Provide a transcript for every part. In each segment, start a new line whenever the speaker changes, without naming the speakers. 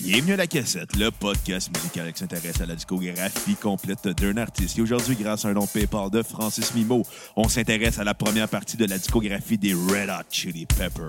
Bienvenue à la cassette, le podcast musical qui s'intéresse à la discographie complète d'un artiste. Et aujourd'hui, grâce à un long PayPal de Francis Mimo, on s'intéresse à la première partie de la discographie des Red Hot Chili Peppers.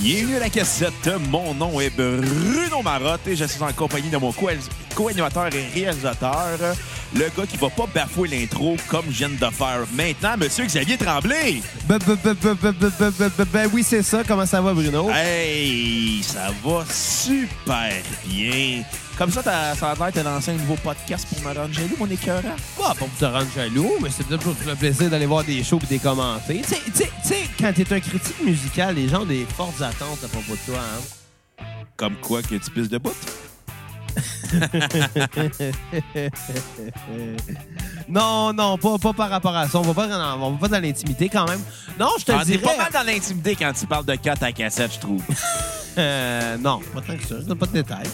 Bienvenue à la cassette, mon nom est Bruno Marotte et je suis en compagnie de mon co- co-animateur et réalisateur, le gars qui va pas bafouer l'intro comme je viens de faire maintenant, Monsieur Xavier Tremblay.
Ben, ben, ben, ben, ben, ben, ben, ben, ben, ben, oui, c'est ça. Comment ça va, Bruno?
Hey, ça va super bien. Comme ça, t'as- ça a l'air de lancer un nouveau podcast pour Madame Jelly, mon écœurant.
Pas pour te rendre jaloux, mais c'est peut-être pour le plaisir d'aller voir des shows et des commenter. Tu sais- Tu sais- tu sais, quand t'es un critique musical, les gens ont des fortes attentes à propos de toi. Hein?
Comme quoi que tu pisses de bout?
Non, non, pas, pas par rapport à ça. On va pas, dans- on va pas dans l'intimité quand même. Non, je te
On est
dirais...
Ah, pas mal dans l'intimité quand tu parles de 4 à cassette, je trouve.
Euh, non, pas tant que ça. Je donne pas de détails.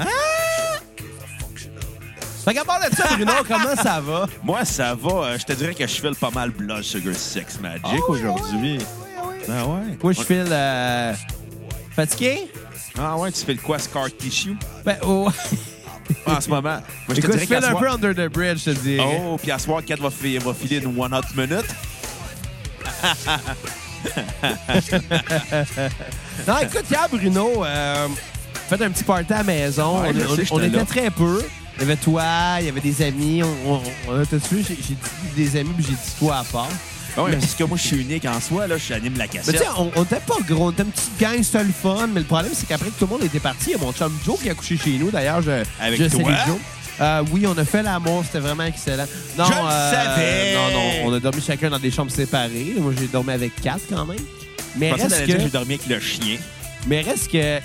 Ah! Fait qu'à part de ça, Bruno, comment ça va?
Moi, ça va. euh, Je te dirais que je file pas mal Blood Sugar Sex Magic
Ah ouais,
aujourd'hui.
ah ouais, ah ouais.
Ah ouais?
Moi, je file... euh, Fatigué?
Ah ouais, tu files quoi, Scar Tissue?
Ben, oh.
Ah, En ce moment. Moi, je te
Écoute,
dirais
je fais
qu'à
un
soir-
peu under the bridge, je te dis.
Oh, puis à soir, Kat va, fi- va filer une one-hot minute.
Non, écoute, hier, Bruno, euh, fait un petit party à la maison.
Ouais,
On-
je
on
sais, j'étais
on était
là.
très peu. Il y avait toi, il y avait des amis. On, on, on- T'as-tu vu, j'ai j'ai dit des amis, puis j'ai dit toi à part.
Ah ouais, parce que moi, je suis unique en soi. Là, j'anime la
Mais tu
cassette.
sais, on on était pas gros, on était une petite gang, c'était le fun. Mais le problème, c'est qu'après que tout le monde était parti, il y a mon chum Joe qui a couché chez nous, d'ailleurs. Je,
Avec
je salue
toi?
Joe. Euh, oui, on a fait l'amour, c'était vraiment excellent. Non,
Je le
euh,
savais!
Non, non, on a dormi chacun dans des chambres séparées. Moi, j'ai dormi avec quatre quand même. Mais
Je pensais
reste
d'aller
que...
dire que j'ai dormi avec le chien.
Mais reste que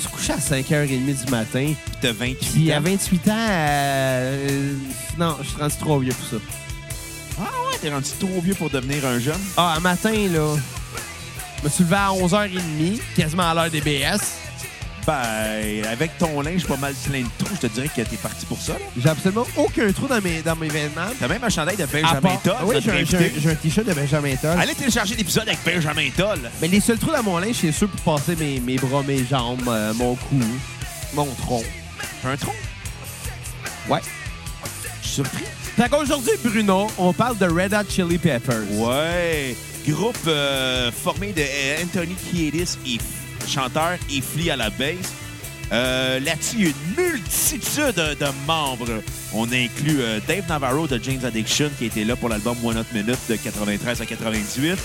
se coucher à 5h30 du matin,
de 28
puis
ans.
à 28 ans, euh, non, je suis rendu trop vieux pour ça.
Ah ouais, t'es rendu trop vieux pour devenir un jeune.
Ah, un matin, là, je me suis levé à 11h30, quasiment à l'heure des BS.
Ben, avec ton linge pas mal plein de trous, je te dirais que t'es parti pour ça. là.
J'ai absolument aucun trou dans mes, dans mes vêtements.
T'as même un chandail de
À
Benjamin
part-
Toll,
oui,
notre
j'ai un- j'ai
invité.
un- j'ai un t-shirt de Benjamin Toll.
Allez télécharger l'épisode avec Benjamin Toll.
Mais les seuls trous dans mon linge, c'est ceux pour passer mes, mes bras, mes jambes, euh, mon cou, mon tronc.
Un tronc,
Ouais.
je suis surpris.
Fait qu'aujourd'hui, Bruno, on parle de Red Hot Chili Peppers.
Ouais. Groupe euh, formé de euh, Anthony Kiedis, et f- chanteur, et Flea à la basse. Euh, Là-dessus, une multitude de, de membres. On inclut euh, Dave Navarro de James Addiction, qui était là pour l'album One Hot Minute de 93 à 98.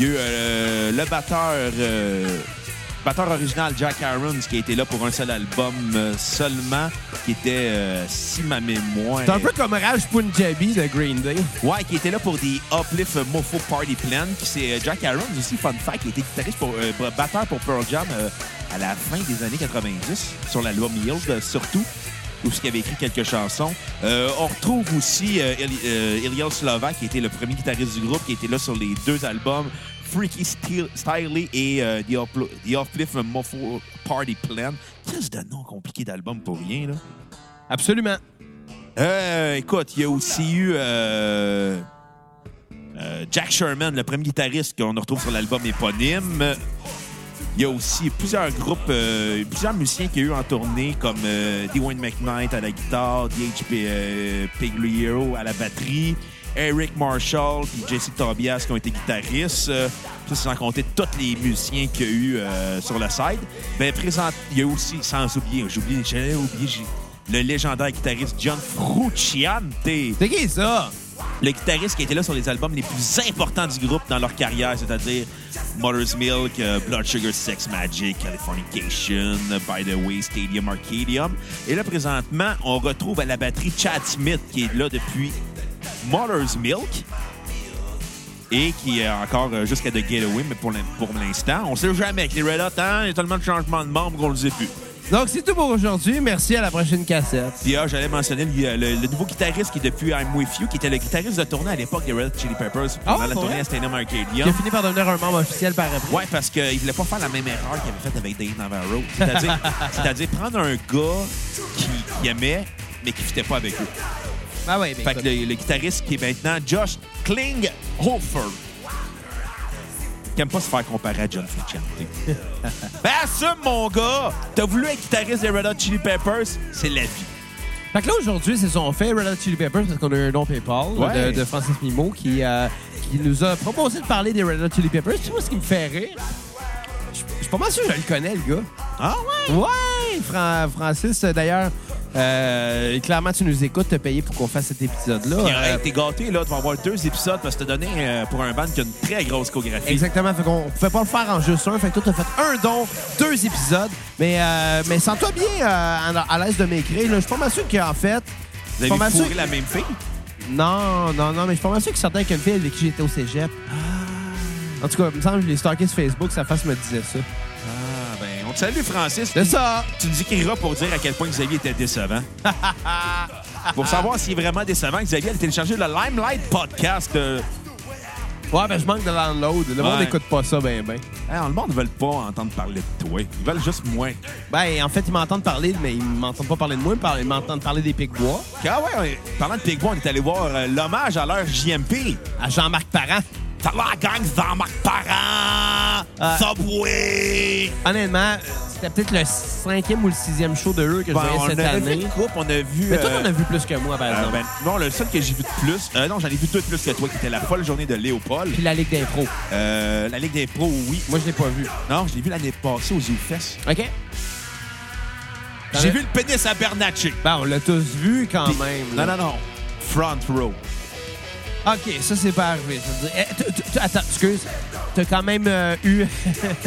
Il y a eu euh, le batteur, euh, batteur original Jack Irons, qui a été là pour un seul album euh, seulement, qui était, euh, si ma mémoire...
C'est un
est-
peu comme Raj Punjabi de Green Day.
Ouais, qui était là pour des Uplift Mofo Party Plan. Puis c'est euh, Jack Irons aussi, fun fact, qui était guitariste pour, euh, pour- batteur pour Pearl Jam euh, à la fin des années 90, sur l'album Yield euh, surtout, où il avait écrit quelques chansons. Euh, on retrouve aussi euh, Ili- euh, Ilian Slovak, qui était le premier guitariste du groupe, qui était là sur les deux albums Freaky Steel- Styley et euh, The, Uplo- The Uplift Mofo Party Plan. Qu'est-ce de nom compliqué d'album pour rien, là?
Absolument.
Euh, écoute, il y a aussi eu euh, euh, Jack Sherman, le premier guitariste qu'on retrouve sur l'album éponyme. Il y a aussi plusieurs groupes, euh, plusieurs musiciens qu'il y a eu en tournée, comme euh, Dwayne McKnight à la guitare, DHP euh, Pigliero à la batterie, Eric Marshall et Jesse Tobias qui ont été guitaristes. Euh, ça, c'est sans compter tous les musiciens qu'il y a eu euh, sur le site. Mais présent, il y a aussi, sans oublier, j'ai oublié, j'avais oublié, j'ai- le légendaire guitariste John Frucciante.
C'est qui ça?
le guitariste qui était là sur les albums les plus importants du groupe dans leur carrière, c'est-à-dire Mother's Milk, euh, Blood Sugar Sex Magic, Californication, euh, By the Way, Stadium Arcadium. Et là, présentement, on retrouve à la batterie Chad Smith qui est là depuis Mother's Milk et qui est encore euh, jusqu'à The Getaway, mais pour l'in- pour l'instant, on sait jamais. Avec les Red Hot, hein, il y a tellement de changements de membres qu'on ne le sait plus.
Donc, c'est tout pour aujourd'hui. Merci, à la prochaine cassette.
Puis ah, j'allais mentionner le, le- le nouveau guitariste qui est depuis I'm With You, qui était le guitariste de tournée à l'époque des Red Hot Chili Peppers
Ah
pendant
ouais,
la
pour
tournée
vrai?
à Stadium
Qui
Arcadium.
a fini par devenir un membre officiel par après.
hein? Ouais, parce qu'il voulait pas faire la même erreur qu'il avait faite avec Dave Navarro. C'est-à-dire- C'est-à-dire prendre un gars qui, qui aimait, mais qui fitait pas avec eux.
Ah ouais, mais
Fait que
écoute,
le, le guitariste qui est maintenant Josh Klinghofer, qui aime pas se faire comparer à John Frusciante. ben assume, mon gars! T'as voulu être guitariste des Red Hot Chili Peppers? C'est la vie.
fait que là, aujourd'hui, c'est son fait, Red Hot Chili Peppers, parce qu'on a eu un long PayPal
Ouais.
de, de Francis Mimo qui, euh, qui nous a proposé de parler des Red Hot Chili Peppers. Tu sais, moi, ce qui me fait rire, je je suis pas mal sûr que je le connais, le gars.
Ah ouais?
Ouais, Fran- Francis, euh, d'ailleurs, euh, clairement, tu nous écoutes, t'as payé pour qu'on fasse cet épisode-là.
Puis, hey,
Euh,
t'es gâté, là, tu vas avoir deux épisodes parce que t'as donné euh, pour un band qui a une très grosse chorégraphie.
Euh, Exactement, fait qu'on pouvait pas le faire en juste un, fait que toi, t'as fait un don, deux épisodes, mais, euh, mais sens-toi bien euh, à, à l'aise de m'écrire, là. je suis pas mal sûr qu'en fait... je suis
Vous
pas mal
avez
sûr
fourré la même fille?
Non, non, non, mais je suis pas mal sûr qu'il sortait avec une fille avec qui j'étais au cégep. En tout cas, il me semble que je l'ai stalké sur Facebook, sa face me disait ça.
Ah, ben, on te salue, Francis.
C'est ça!
Tu nous écriras pour dire à quel point Xavier était décevant. pour savoir s'il est vraiment décevant, Xavier a téléchargé le Limelight Podcast. euh,
Ouais, ben je manque de download. Le monde
Ouais.
n'écoute pas ça, ben, ben.
Hey, le monde ne veulent pas entendre parler de toi. Ils veulent juste moins.
Ben, en fait, ils m'entendent parler, mais ils m'entendent pas parler de moi, ils parlent- ils m'entendent parler des pics bois
Ah ouais, ouais, parlant de Pigbois, on est allé voir euh, l'hommage à leur JMP.
à Jean-Marc Parent.
Ça va, la gang Jean-Marc Parent!
Ah.
Subway!
Honnêtement, c'était peut-être le cinquième ou le sixième show de eux que
Ben,
je
on
voyais cette
a vu
année.
une coupe, on a vu...
Mais toi,
euh,
t'en as vu plus que moi, par
euh,
exemple.
ben, non, le seul que j'ai vu de plus... euh, non, j'en ai vu deux de plus que toi, qui était la folle journée de Léopold.
Puis la Ligue d'impro.
Euh, la Ligue des Pros, oui.
Moi, je l'ai pas vu.
Non, je l'ai vu l'année passée aux Zoufest.
OK?
J'ai vu le pénis à Bernatchez.
Ben, on l'a tous vu quand
Puis-
Ah, même. là.
Non, non, non. Front row.
OK, ça, c'est pas arrivé. Ça veut dire- Eh, tu- tu- tu- attends, excuse. T'as quand même euh, eu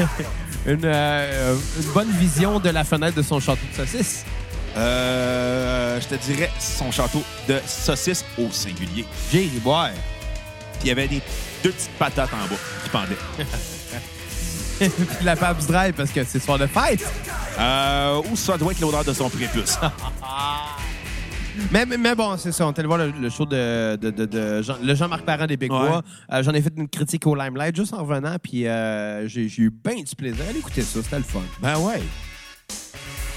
une, euh, une bonne vision de la fenêtre de son château de saucisses.
Euh, je te dirais son château de saucisses au singulier.
J'ai ouais.
Puis il y avait des, deux petites patates en bas qui pendaient.
Puis de la Pabst Drive parce que c'est soir de fête.
Euh, ou ça doit être l'odeur de son prépuce.
Mais, mais- mais bon, c'est ça. On est allé voir le, le show de, de, de, de Jean, le Jean-Marc Parent des Big
Ouais.
Bois. Euh, J'en ai fait une critique au Limelight juste en revenant, puis euh, j'ai j'ai eu bien du plaisir. Allez écouter ça, c'était le fun.
ben ouais.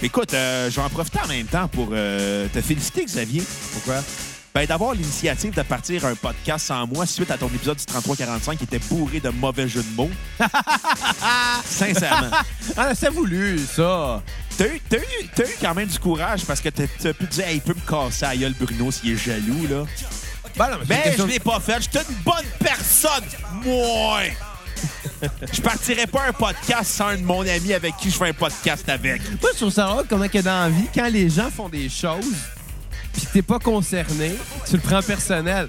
Écoute, euh, je vais en profiter en même temps pour euh, te féliciter, Xavier.
Pourquoi?
Ben, d'avoir l'initiative de partir un podcast sans moi suite à ton épisode du 3345 qui était bourré de mauvais jeux de mots. Sincèrement.
Ah, c'est voulu, ça.
T'as eu, t'as eu- t'as eu quand même du courage parce que t'as t'as pu te dire, hey, il peut me casser à gueule Bruno s'il est jaloux, là.
Ben non, mais c'est une
Mais je
question-
l'ai pas fait. J'étais une bonne personne, moi. Je partirais pas un podcast sans un de mon ami avec qui je fais un podcast avec.
Moi, je trouve ça rare comment que dans la vie, quand les gens font des choses, puis t'es pas concerné, tu le prends personnel.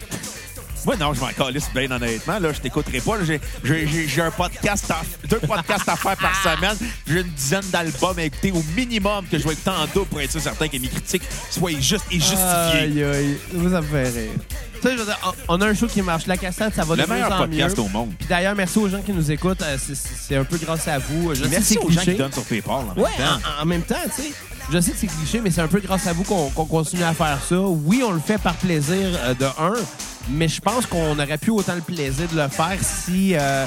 Moi, non, je m'en calisse bien honnêtement. Là, je t'écouterai pas. là. J'ai- J'ai j'ai- j'ai un podcast, à- deux podcasts à faire par
Ah.
semaine. puis J'ai une dizaine d'albums à écouter au minimum que je vais écouter en double pour être sûr certain que mes critiques soient justes et justifiées.
Aïe, aïe. Moi, ça me fait rire. Tu sais, je veux dire, on on a un show qui marche. La cassette, ça va
Le
de mieux
meilleur
en
podcast
mieux.
au monde.
Puis d'ailleurs, merci aux gens qui nous écoutent. Euh, c'est- C'est c'est un peu grâce à vous. Je sais que
Merci
c'est
aux gens
cliché.
qui donnent sur PayPal. En
Ouais,
même temps.
en, en même temps, tu sais. Je sais que c'est cliché, mais c'est un peu grâce à vous qu'on qu'on continue à faire ça. Oui, on le fait par plaisir euh, de un, mais je pense qu'on aurait pu autant le plaisir de le faire si, euh,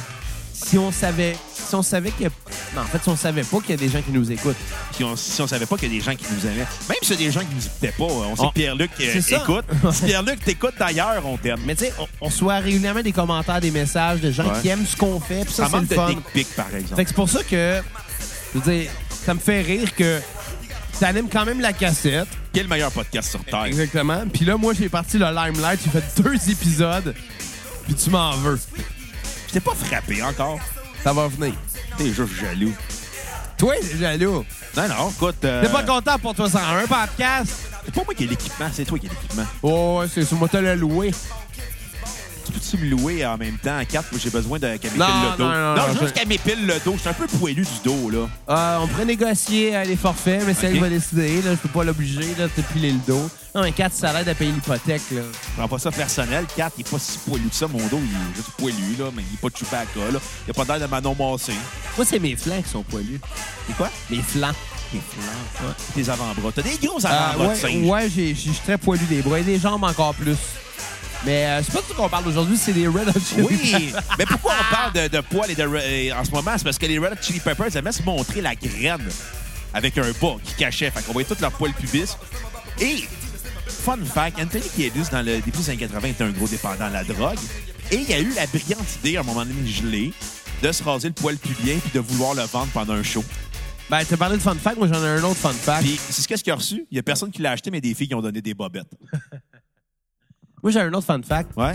si on savait. Si on savait que. Non, en fait, si on savait pas qu'il y a des gens qui nous écoutent.
Puis on- si on savait pas qu'il y a des gens qui nous aimaient, même si c'est des gens qui nous écoutaient pas, on sait
On-
que Pierre-Luc euh,
Ah. C'est ça.
écoute. si Pierre-Luc t'écoute d'ailleurs, on t'aime.
Mais tu sais, on, on reçoit régulièrement des commentaires, des messages de gens
Ouais.
qui aiment ce qu'on fait, puis ça,
Ça
c'est le
manque de
fun.
dick pic, par exemple.
Fait que c'est pour ça que, je veux dire, ça me fait rire que t'animes quand même la cassette.
Quel meilleur podcast sur Terre?
Exactement. Puis là, moi, j'ai parti le Limelight. J'ai fait deux épisodes. Puis tu m'en veux.
Je t'ai pas frappé encore.
Ça va venir.
T'es juste jaloux.
Toi, t'es jaloux.
Non, non, écoute. euh,
T'es pas content pour toi 101 podcast?
c'est pas moi qui ai l'équipement, c'est toi qui as l'équipement.
Oh, ouais, c'est sur moi, t'as le loué.
peux-tu me louer en même temps à quatre? Moi, J'ai besoin de qu'elle m'épile
Non,
le dos.
non, non, non,
juste
je-
qu'elle m'épile le dos. Je suis un peu poilu du dos, là.
Euh, on pourrait négocier euh, les forfaits, mais c'est elle
Ok.
qui va décider. Là, je peux pas l'obliger là, de te piler le dos. Non, mais 4, ça l'aide à payer l'hypothèque. là.
Je prends pas ça personnel. Quatre, il est pas si poilu que ça. Mon dos, il est juste poilu, là. Mais il est pas Chewbacca, là. Il a pas d'air de Manon Massé.
Moi, c'est mes flancs qui sont poilus.
C'est quoi?
Mes flancs.
Tes flancs, ouais. tes avant-bras. T'as des gros
Euh,
avant-bras de
ouais,
Ah, singe.
ouais j'ai- j'ai- je suis très poilu des bras et des jambes encore plus. Mais euh, c'est pas de ça qu'on parle aujourd'hui, c'est des Red Hot Chili
Oui, mais pourquoi on parle de, de poils et de re- et en ce moment? C'est parce que les Red Hot Chili Peppers aimaient se montrer la graine avec un bas qui cachait. Fait qu'on voyait tous leurs poils pubis. Et, fun fact, Anthony Kiedis, dans le début des années 80, était un gros dépendant à la drogue. Et il a eu la brillante idée, à un moment donné gelé, de se raser le poil pubien puis de vouloir le vendre pendant un show.
Ben, t'as parlé de fun fact, moi j'en ai un autre fun fact.
Puis, c'est ce qu'est-ce qu'il a reçu? Il y a personne qui l'a acheté, mais des filles qui ont donné des bobettes.
Moi j'ai un autre fun fact.
Ouais.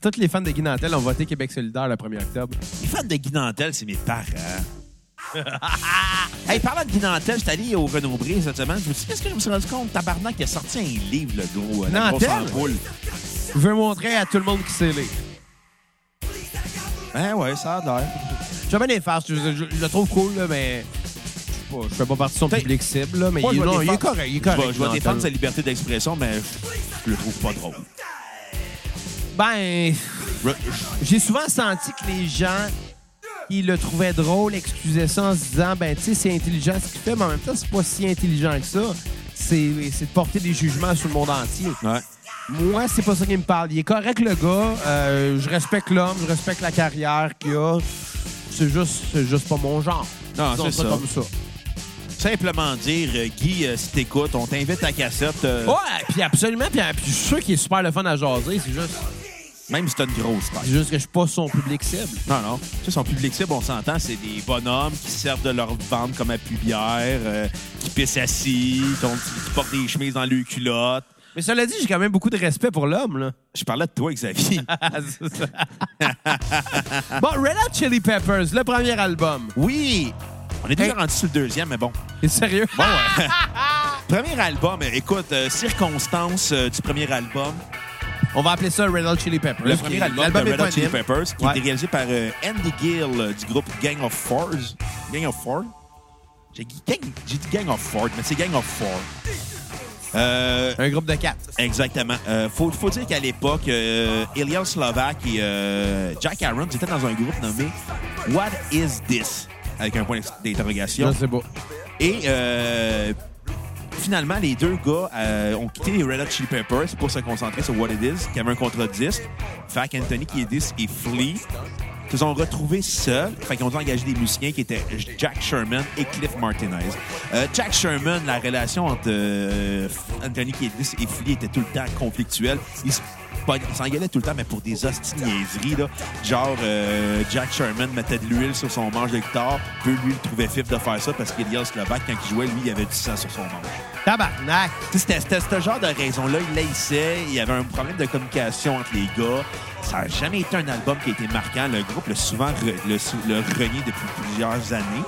Toutes les fans de Guy Nantel ont voté Québec solidaire le 1er octobre.
Les fans de Guy Nantel, c'est mes parents. hey, parlant de Guy Nantel, j'étais allé au Renaud Bré cette semaine. Je me suis dit, qu'est-ce que je me suis rendu compte? Tabarnak, il a sorti un livre, le gros. euh, La grosse
Nantel?
ampoule.
Je veux montrer à tout le monde qui c'est les.
Ben ouais, ça a l'air.
J'aime bien les farces, je, je- je le trouve cool, là, mais je sais pas, je fais pas partie de son
T'es-
public cible, là, mais
Moi,
il,
je vais
non, il est
défendre-
correct, il est
Je vais-
correct.
Je vais
Nantel.
défendre sa liberté d'expression, mais je- je le trouve pas drôle. Re-
Ben,
je-
j'ai souvent senti que les gens qui le trouvaient drôle excusaient ça en se disant, ben, tu sais, c'est intelligent ce qu'il fait, mais en même temps, c'est pas si intelligent que ça. C'est c'est de porter des jugements sur le monde entier.
Ouais.
Moi, c'est pas ça qui me parle. Il est correct, le gars. Euh, je respecte l'homme, je respecte la carrière qu'il a. C'est juste, c'est juste pas mon genre.
Non,
Disons
c'est ça.
comme ça.
Simplement dire, euh, Guy, euh, si t'écoutes, on t'invite à cassette, euh,
Ouais, puis absolument. Puis puis je suis sûr qu'il est super le fun à jaser. C'est juste,
même si t'as une grosse tête.
c'est juste que je suis pas son public cible.
Non, non. Tu sais, son public cible, on s'entend, c'est des bonhommes qui servent de leur ventre comme à pubière, euh, qui pissent assis, qui ont- qui portent des chemises dans leurs culottes.
Mais cela dit, j'ai quand même beaucoup de respect pour l'homme, là.
Je parlais de toi, Xavier.
bon, Red Hot Chili Peppers, le premier album.
oui! On est déjà
Hey.
rendu sur le deuxième, mais bon.
Et sérieux?
Bon, ouais. premier album, euh, écoute, euh, circonstance euh, du premier album.
On va appeler ça Red Hot Chili Peppers.
Le premier
Qui-
album, de
est
Red
pas
Hot Chili
nul.
Peppers, qui
Ouais.
est réalisé par euh, Andy Gill euh, du groupe Gang of Fours. Gang of Four? J'ai dit Gang- j'ai dit Gang of Four, mais c'est Gang of Four. Euh,
Un groupe de quatre.
Exactement. Euh, faut, faut dire qu'à l'époque, euh, Eliel Slovak et euh, Jack Aaron étaient dans un groupe nommé What Is This? avec un point d'interrogation.
Je sais pas.
Et euh, finalement, les deux gars euh, ont quitté les Red Hot Chili Peppers pour se concentrer sur What It Is, qui avait un contrat-disque. Fait qu'Anthony Kiedis et Flea se sont retrouvés seuls. Fait qu'ils ont dû engager des musiciens qui étaient Jack Sherman et Cliff Martinez. Euh, Jack Sherman, la relation entre euh, Anthony Kiedis et Flea était tout le temps conflictuelle. Ils se pogn- ils s'engueulaient tout le temps, mais pour des hostiliseries, là. Genre, euh, Jack Sherman mettait de l'huile sur son manche de guitare. Peu, lui, il trouvait fif de faire ça parce qu'Elias Slovak, quand il jouait, lui, il avait du sang sur son manche.
Tabarnak.
Tu sais, C'était c'était ce genre de raison-là. Il laissait. Il y avait un problème de communication entre les gars. Ça n'a jamais été un album qui a été marquant. Le groupe l'a souvent re- le, sou- le renié depuis plusieurs années.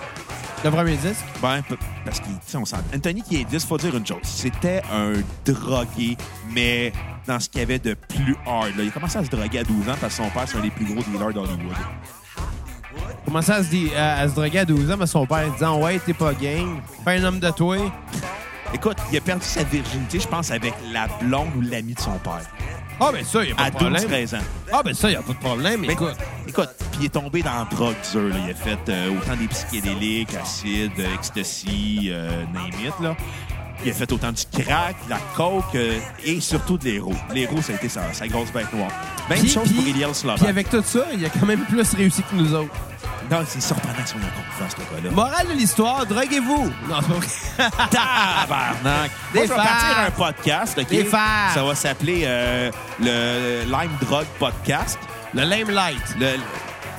Le premier disque.
Ben, p- parce qu'il, tu sais, on s'entend. Anthony qui est 10, faut dire une chose. C'était un drogué, mais dans ce qu'il y avait de plus hard. là. Il a commencé à se droguer à 12 ans parce que son père, c'est un des plus gros dealers d'Hollywood.
Commençait à se, di- à, à se droguer à 12 ans, mais son père disant Ouais, t'es pas gang. Fais un homme de toi.
Écoute, il a perdu sa virginité, je pense, avec la blonde ou l'ami de son père.
Ah, ben ça, y a pas
À
de problème.
12-13 ans.
Ah, ben ça, y a pas de problème.
Mais
Écoute.
Écoute, puis il est tombé dans la prog dur, là. Il a fait euh, autant des psychédéliques, acide, euh, ecstasy, euh, name it, là. Il a fait autant du crack, de la coke euh, et surtout de l'héros. L'héros, ça a été sa, sa grosse bête noire. Même
Puis-
chose pour
puis-
Eliel Slovak.
Puis avec tout ça, il a quand même plus réussi que nous autres.
Non, c'est surprenant que son confiance, ce gars-là.
Morale de l'histoire, droguez-vous. Non, c'est pas vrai.
Tabarnak!
Des
Moi, je vais partir
farces.
un podcast, OK?
Des farces.
Ça va s'appeler euh, le Lime Drug Podcast.
Le Lame Light.
Le,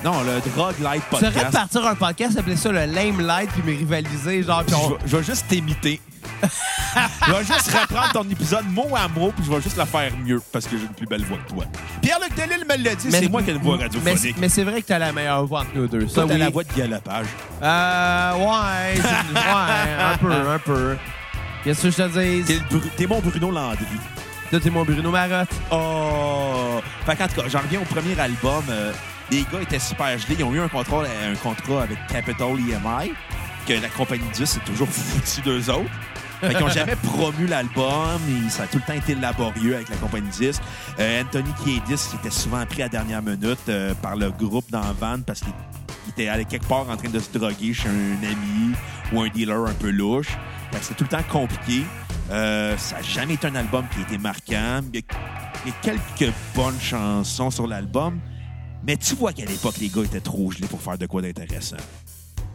non, le Drug Light
Tu devrais
Podcast.
partir un podcast, appeler ça le Lame Light, puis me rivaliser, genre, puis
Puis
on-
je vais- je vais juste t'imiter. je vais juste reprendre ton épisode mot à mot, puis je vais juste le faire mieux, parce que j'ai une plus belle voix que toi. Pierre-Luc Delisle me l'a dit, c'est moi qui ai une voix
Mais,
radiophonique.
mais c'est vrai que t'as la meilleure voix entre nous deux. Ça,
Toi, t'as
oui.
la voix de galopage.
Euh, ouais, c'est- ouais, un peu, un peu. Qu'est-ce que je te
T'es
dis?
le Bru- t'es mon Bruno Landry.
Toi, t'es mon Bruno Marotte.
Oh! Fait qu'en tout cas, j'en reviens au premier album. euh, les gars étaient super gelés. Ils ont eu un, contrôle, un contrat avec Capital EMI, que la compagnie 10 s'est toujours foutu d'eux autres. Fait qu'ils n'ont jamais promu l'album. et Ça a tout le temps été laborieux avec la compagnie 10. Euh, Anthony Kiedis, qui était souvent pris à la dernière minute euh, par le groupe dans la van parce qu'il il était allé quelque part en train de se droguer chez un ami ou un dealer un peu louche. Fait que c'est tout le temps compliqué. Euh, ça n'a jamais été un album qui a été marquant. Il y a, il y a quelques bonnes chansons sur l'album. Mais tu vois qu'à l'époque, les gars étaient trop gelés pour faire de quoi d'intéressant.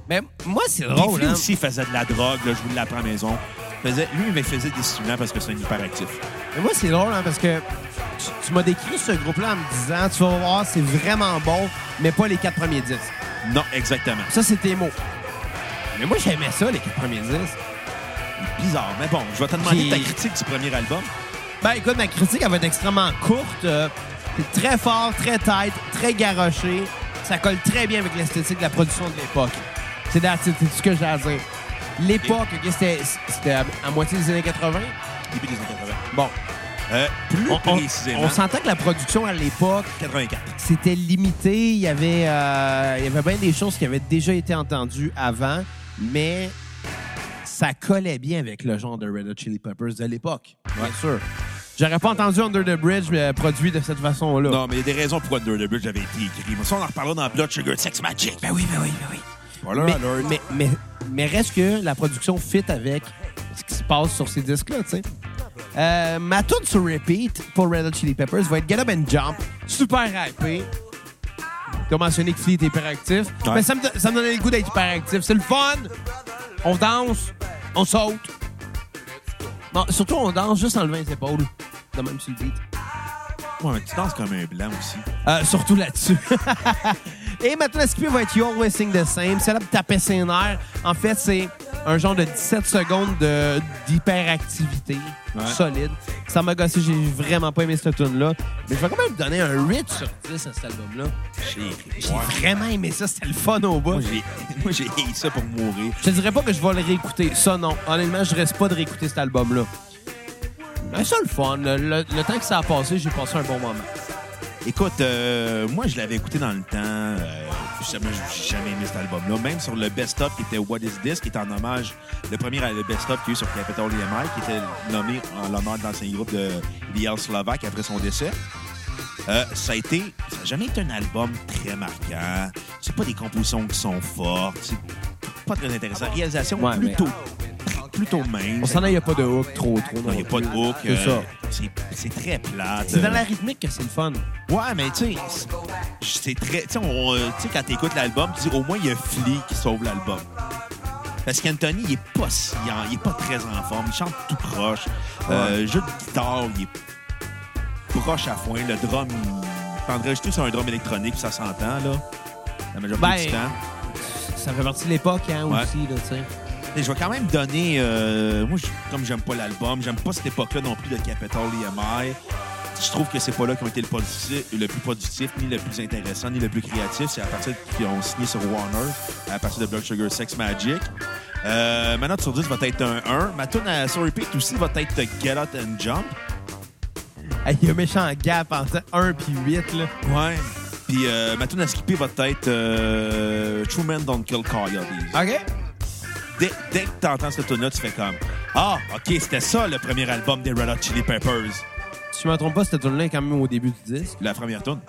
Mais moi, c'est
Puis
drôle.
lui
hein.
aussi faisait de la drogue, là, je vous l'apprends à la maison. Faisait, lui, il faisait des stimulants parce que c'est un hyperactif.
Mais moi, c'est drôle, hein, parce que tu, tu m'as décrit ce groupe-là en me disant, tu vas voir, c'est vraiment bon, mais pas les quatre premiers disques.
Non, exactement.
Ça, c'est tes mots. Mais moi, j'aimais ça, les quatre premiers disques.
Bizarre, mais bon, je vais te demander
Puis-
ta critique du premier album.
Ben, écoute, ma critique, elle va être extrêmement courte. euh, c'est très fort, très tight, très garoché. Ça colle très bien avec l'esthétique de la production de l'époque. C'est that's it, c'est tout ce que j'ai à dire. L'époque, ok, c'était c'était à, à moitié des années 80.
Début des années 80.
Bon,
Euh, plus
on, on-
précisément,
on s'entend que la production à l'époque,
84.
c'était limité. Il y avait, euh, il y avait bien des choses qui avaient déjà été entendues avant, mais ça collait bien avec le genre de Red Hot Chili Peppers de l'époque, bien sûr. J'aurais pas entendu Under the Bridge euh, produit de cette façon-là.
Non, mais il y a des raisons pourquoi Under the Bridge avait été écrit. Mais ça, on en reparlera dans Blood Sugar Sex Magic.
Ben oui, ben oui, ben oui.
Spoiler
Mais,
alert.
mais, mais, mais reste que la production fit avec ce qui se passe sur ces disques-là, tu sais. Euh, ma tune sur repeat pour Red Hot Chili Peppers va être Get Up and Jump. Super hypé. Tu as mentionné que Flea était hyperactif.
Ouais.
Mais ça me, do- ça me donnait le goût d'être hyperactif. C'est le fun. On danse. On saute. Bon, surtout, on danse juste en levant les épaules. De même sur le beat.
Ouais, mais tu danses comme un blanc aussi.
Euh, surtout là-dessus. Et maintenant, ce qui va être You Always Sing the Same. C'est là pour taper ses nerfs. En fait, c'est un genre de 17 secondes de- d'hyperactivité
Ouais.
solide. Ça m'a gossé, j'ai vraiment pas aimé cette tune-là. Mais je vais quand même donner un 8 sur 10 à cet album-là. J'ai
Ouais.
vraiment aimé ça, c'était le fun au bout.
Moi, j'ai- Moi, j'ai haï ça pour mourir.
Je te dirais pas que je vais le réécouter. Ça, non. Honnêtement, je reste pas de réécouter cet album-là. Mais ça, le fun. Le, le- le temps que ça a passé, j'ai passé un bon moment.
Écoute, euh, moi, je l'avais écouté dans le temps. Euh, j'ai jamais, j'ai jamais aimé cet album-là. Même sur le best-of qui était What Is This, qui était en hommage, le premier euh, best-of qu'il y a eu sur Capitol EMI, qui était nommé en l'honneur de l'ancien groupe de Liel Slovak après son décès. Euh, ça a été, ça n'a jamais été un album très marquant. C'est pas des compositions qui sont fortes. C'est pas très intéressant. Réalisation
Ouais, mais-
plutôt, plutôt mince.
On s'en a, il n'y a pas de hook trop, trop.
Il n'y a pas de hook.
C'est
euh,
ça.
C'est c'est très plate.
C'est dans la rythmique que c'est le fun.
Ouais, mais tu sais, c'est c'est très. Tu sais, on, euh, tu sais, quand t'écoutes l'album, tu dis au moins il y a Flea qui sauve l'album. Parce qu'Anthony, il est pas si, il est pas très en forme, il chante tout proche. Euh, jeu de guitare, il est proche à foin. Le drum, il prendrait juste sur un drum électronique, puis ça s'entend, là. La majorité
Ben,
du temps.
Ça fait partie de l'époque, hein,
Ouais.
aussi, là, tu sais.
Mais je vais quand même donner. euh, moi, je- comme j'aime pas l'album, j'aime pas cette époque-là non plus de Capitol EMI. Je trouve que c'est pas là qu'ils ont été le, productif- le plus productif, ni le plus intéressant, ni le plus créatif. C'est à partir de- qu'ils ont signé sur Warner, à partir de Blood Sugar Sex Magic. Euh, ma note sur 10 va être un 1. Ma tune à sur repeat aussi va être Get Out and Jump.
Hey, il y a un méchant gap entre 1 puis 8, là.
Ouais. Puis euh, ma tune à skipper va être euh, True Men Don't Kill Coyotes.
OK?
dès, dès que t'entends cette tune-là, tu fais comme Ah, OK, c'était ça le premier album des Red Hot Chili Peppers.
Si je me trompe pas, cette tune-là est quand même au début du disque.
La première tune.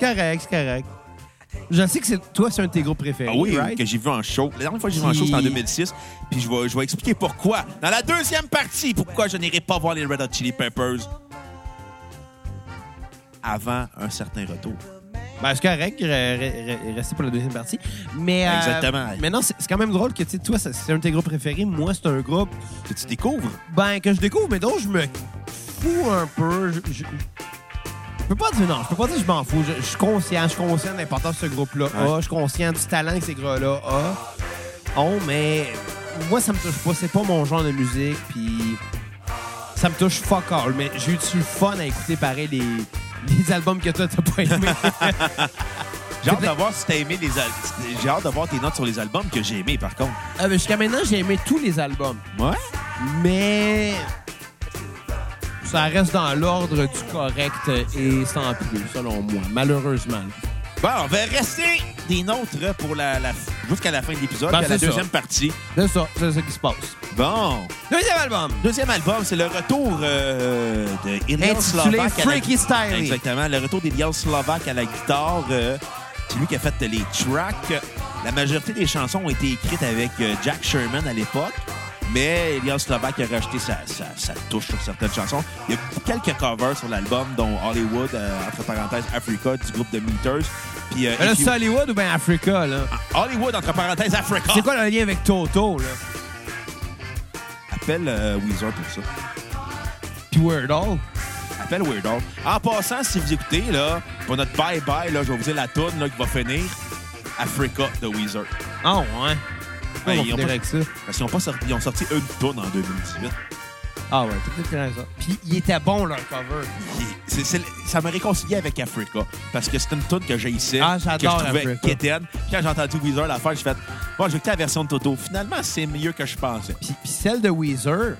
Correct, c'est correct. Je sais que c'est toi, c'est un de tes groupes préférés,
Ah oui,
right?
que j'ai vu en show. La dernière fois que j'ai vu en show, c'était en 2006. Puis je vais, je vais expliquer pourquoi. Dans la deuxième partie, pourquoi je n'irai pas voir les Red Hot Chili Peppers avant un certain retour.
Ben, c'est correct, re- re- re- restez pour la deuxième partie. Mais, euh,
Exactement.
mais non, c'est c'est quand même drôle que, tu sais, toi, ça- c'est un de tes groupes préférés. Moi, c'est un groupe,
Que tu découvres.
ben, que je découvre, mais dont je me fous un peu. Je, je- je peux pas dire non, je peux pas dire que je m'en fous. Je, je suis conscient, je suis conscient de l'importance de ce groupe-là.
Ouais.
a. Je suis conscient du talent que ces gars-là ont. Ont, mais moi, ça me touche pas. C'est pas mon genre de musique, puis ça me touche fuck all. Mais j'ai eu du fun à écouter pareil les, les albums que toi, t'as pas aimé.
J'ai hâte
C'est-
de voir si t'as aimé les al- J'ai hâte de voir tes notes sur les albums que j'ai aimés, par contre.
Jusqu'à maintenant, j'ai aimé tous les albums.
Ouais?
Mais ça reste dans l'ordre du correct et sans plus, selon moi, malheureusement.
Bon, on va rester des nôtres pour la, la- jusqu'à la fin de l'épisode,
Ben,
puis à la
c'est ça.
deuxième partie.
C'est ça, c'est ça qui se passe.
Bon.
Deuxième album,
Deuxième album, c'est le retour euh, de Ilian
intitulé
Slovak. à la-
Freaky Style.
Exactement. Le retour d'Ilian Slovak à la guitare. euh, c'est lui qui a fait les tracks. La majorité des chansons ont été écrites avec euh, Jack Sherman à l'époque. Mais Elias Slovak a rajouté sa, sa- sa touche sur certaines chansons. Il y a quelques covers sur l'album, dont Hollywood, euh, entre parenthèses, Africa, du groupe de Meters. Puis, euh,
Là,
If You- Ah,
c'est Hollywood ou bien Africa, là?
Hollywood, entre parenthèses, Africa.
C'est quoi le lien avec Toto, là?
Appelle euh, Weezer pour ça.
Puis Weird Al?
Appelle Weird Al. En passant, si vous écoutez, là, pour notre bye-bye, là, je vais vous dire la toune là, qui va finir. Africa de Weezer.
Ah, ouais.
Ben,
on
ils ont
finira
pas-
avec ça.
Parce qu'ils ont, pas sorti, ils ont sorti une toune en 2018.
Ah, ouais, t'as peut-être raison. Puis il était bon, leur cover.
Qui- c'est- c'est- ça m'a réconcilié avec Africa. Parce que c'est une toune que j'ai ici.
Ah,
que
j'adore
je trouvais
Africa.
quétaine. Quand j'ai entendu Weezer la faire, j'ai fait Bon, j'ai écouté la version de Toto. Finalement, c'est mieux que je pensais.
Puis, puis celle de Weezer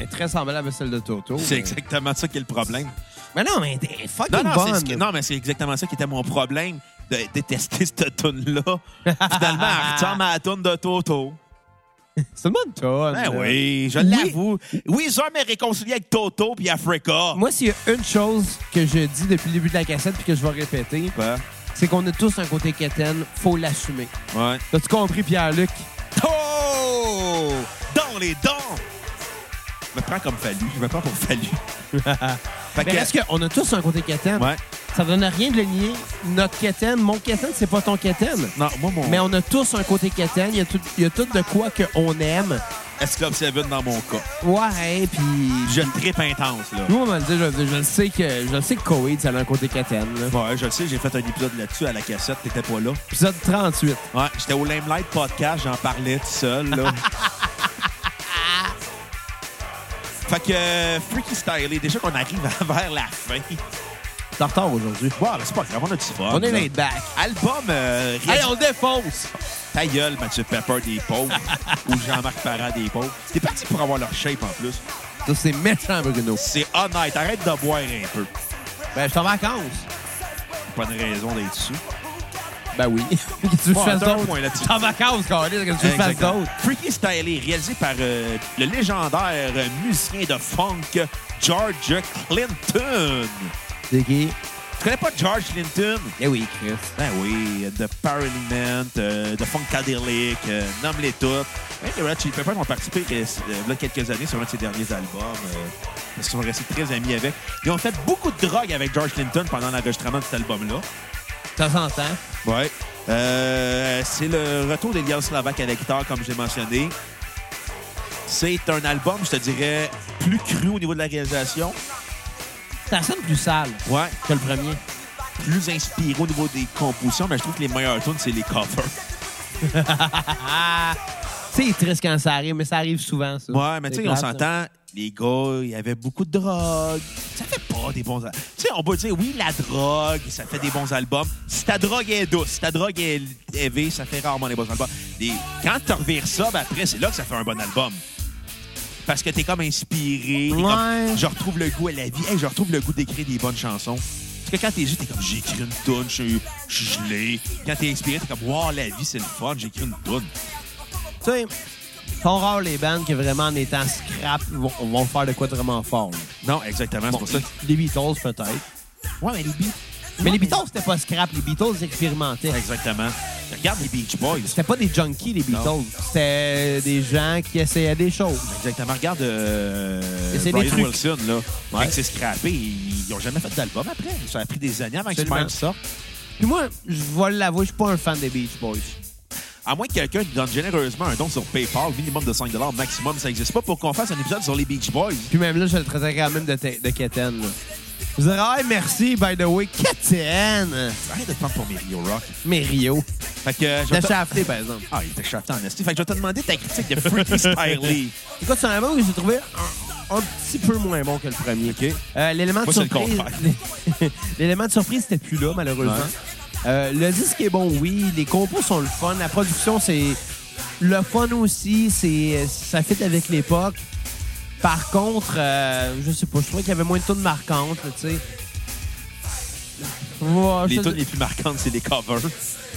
est très semblable à celle de Toto.
C'est
Mais-
exactement ça qui est le problème.
Mais non, mais elle est fucking
Non, non, c'est
bonne.
ce qui- non, mais c'est exactement ça qui était mon problème de détester cette toune-là. Finalement, elle ressemble à la toune de Toto.
C'est une bonne tonne.
Ben
là.
oui, je l'avoue. Weezer m'est réconcilié avec Toto puis Africa.
Moi, s'il y a une chose que je dis depuis le début de la cassette puis que je vais répéter,
Ben,
c'est qu'on a tous un côté quétaine, faut l'assumer.
ouais.
T'as-tu compris, Pierre-Luc?
Oh! Dans les dents! Je me prends comme Fallu. Je me prends pour Fallu. fait
Mais est-ce qu'on a tous un côté quétaine?
Ouais.
Ça donne à rien de le nier. Notre quétaine, mon quétaine, c'est pas ton quétaine.
Non, moi, mon
Mais on a tous un côté quétaine. Il y a tout, il y a tout de quoi qu'on aime.
Esclave Seven dans mon cas.
Ouais, puis...
Je tripe intense, là.
Nous, on va le dire, je, je le sais que je le sais que Koweïd, ça a un côté quétaine. là.
Ouais, je le sais, j'ai fait un épisode là-dessus à la cassette. T'étais pas là.
Épisode 38.
Ouais, j'étais au Limelight Podcast, j'en parlais tout seul, là. fait que euh, Freaky Style, déjà qu'on arrive à- vers la fin.
T'es en retard aujourd'hui.
Wow, mais c'est pas grave, on a du fun.
On est
là.
laid back.
Album euh,
Hey,
réalisé-
on défonce!
Ta gueule, Mathieu Pepper des pauvres ou Jean-Marc Parent des pauvres. T'es parti pour avoir leur shape en plus.
Ça, c'est méchant, Bruno.
C'est honnête, arrête de boire un peu.
Ben, je suis en vacances.
Pas de raison d'être dessus.
Ben oui. Qu'est-ce que tu veux que
Ouais,
je fasse
t'as un
d'autre?
point là-dessus.
Je suis en vacances, Carlis. Qu'est-ce que tu veux que je fasse
Exactement.
d'autre?
Freaky Stylé, réalisé par euh, le légendaire euh, musicien de funk George Clinton.
C'est qui?
Tu connais pas George Clinton?
Eh oui, Chris.
Ben oui, euh, The Parliament, euh, The Funkadelic, euh, nomme-les toutes. Même les Red Chili Peppers ont participé euh, il y a quelques années sur un de ses derniers albums. euh, parce qu'ils sont restés très amis avec. Ils ont fait beaucoup de drogue avec George Clinton pendant l'enregistrement de cet album-là.
Ça s'entend.
Ouais. Euh, c'est le retour d'Elias Slovak à la guitare, comme j'ai mentionné. C'est un album, je te dirais, plus cru au niveau de la réalisation.
Ça sonne plus sale
Ouais.
que le premier.
Plus inspiré au niveau des compositions, mais je trouve que les meilleurs tunes, c'est les covers.
Tu sais, c'est triste quand ça arrive, mais ça arrive souvent, ça.
Ouais, mais
C'est
tu sais, on
plate, ça.
s'entend, les gars, il y avait beaucoup de drogue. Ça fait pas des bons albums. Tu sais, on peut dire, oui, la drogue, ça fait des bons albums. Si ta drogue est douce, si ta drogue est élevée, ça fait rarement des bons albums. Et quand tu revires ça, ben après, c'est là que ça fait un bon album. Parce que t'es comme inspiré. t'es
Ouais.
comme, je retrouve le goût à la vie. Hey, je retrouve le goût d'écrire des bonnes chansons. Parce que quand t'es juste, t'es comme, j'écris une toune, je suis je suis gelé. Quand t'es inspiré, t'es comme, wow, la vie, c'est le fun, j'écris une toune.
Tu sais, sont rares les bandes qui, vraiment, en étant scrap, vont, vont faire de quoi de vraiment fort. là.
Non, exactement, Ah, c'est pour ça. que-
Les Beatles, peut-être.
Ouais, mais les beats-
Mais les Beatles, c'était pas scrap. Les Beatles expérimentaient.
Exactement. Regarde les Beach Boys.
C'était pas des junkies, les Beatles.
Non.
C'était des gens qui essayaient des choses.
Exactement. Regarde euh,
Et c'est des
Brian
trucs.
Wilson, là.
Ouais.
Fait que c'est scrappé. Ils n'ont jamais fait d'album après. Ça a pris des années avant qu'ils
Absolument.
fassent ça.
Puis moi, je vais l'avouer, je suis pas un fan des Beach Boys.
À moins que quelqu'un nous donne généreusement un don sur PayPal, minimum de 5 maximum, ça n'existe pas, pour qu'on fasse un épisode sur les Beach Boys.
Puis même là, je le traitais quand même de, te- de Keten. là. Je dirais, ah, merci, by the way, Keten!
Arrête de te prendre pour mes Rio Rock.
Mais Rio.
Fait que euh, je vais
T'as
te-
chafté, par exemple.
Ah, il était chafé en esti. Fait que je vais te demander ta critique de Freaky Spirely.
Écoute, c'est un album que j'ai trouvé un, un petit peu moins bon que le premier.
OK.
Euh, L'élément de
Moi, c'est le
surprise. L'élément de surprise, c'était plus là, malheureusement.
Ouais.
Euh, le disque est bon, oui. Les compos sont le fun. La production, c'est le fun aussi. C'est Ça fit avec l'époque. Par contre, euh, je sais pas, je trouvais qu'il y avait moins de tunes marquantes, là, tu sais. Ouais, je
Les
te-
tunes les plus marquantes, c'est les covers.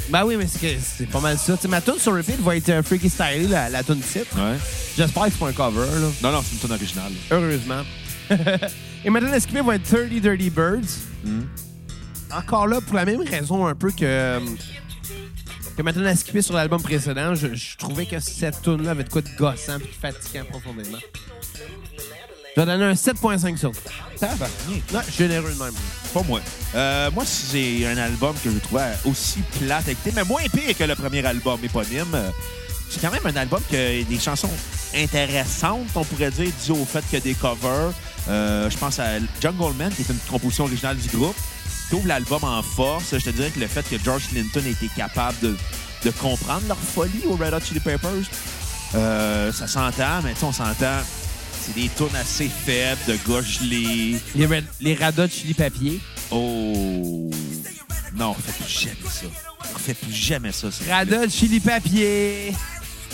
Ben oui, mais c'est que c'est pas mal ça. Tu sais, ma tune sur repeat va être euh, Freaky Style, la, la tune titre.
Ouais.
J'espère que c'est pas un cover, là.
Non, non, c'est une tune originale.
Heureusement. Et maintenant, Esquivé va être 30 Dirty Birds. Encore là, pour la même raison un peu que, euh, que maintenant Esquivé sur l'album précédent, je, je trouvais que cette tune-là avait de quoi de gossant et fatigant profondément. Je vais donner un 7.5 sur 10.
Tabarnak.
Ouais, généreux de même.
Pas moi. Euh, moi, si j'ai un album que je trouvais aussi plate à écouter, mais moins pire que le premier album éponyme. euh, C'est quand même un album qui a des chansons intéressantes, on pourrait dire, dû au fait qu'il y a des covers. Euh, je pense à Jungle Man, qui est une composition originale du groupe. qui ouvre l'album en force. Je te dirais que le fait que George Clinton ait été capable de, de comprendre leur folie au Red Hot Chili Peppers, euh, ça s'entend, mais tu sais, on s'entend. C'est des tunes assez faibles, de gars gelés.
Les, Red- les Radas de Chili Papier.
Oh. Non, on fait plus jamais ça. On fait plus jamais ça. s'il vous plaît.
Radas de Chili Papier.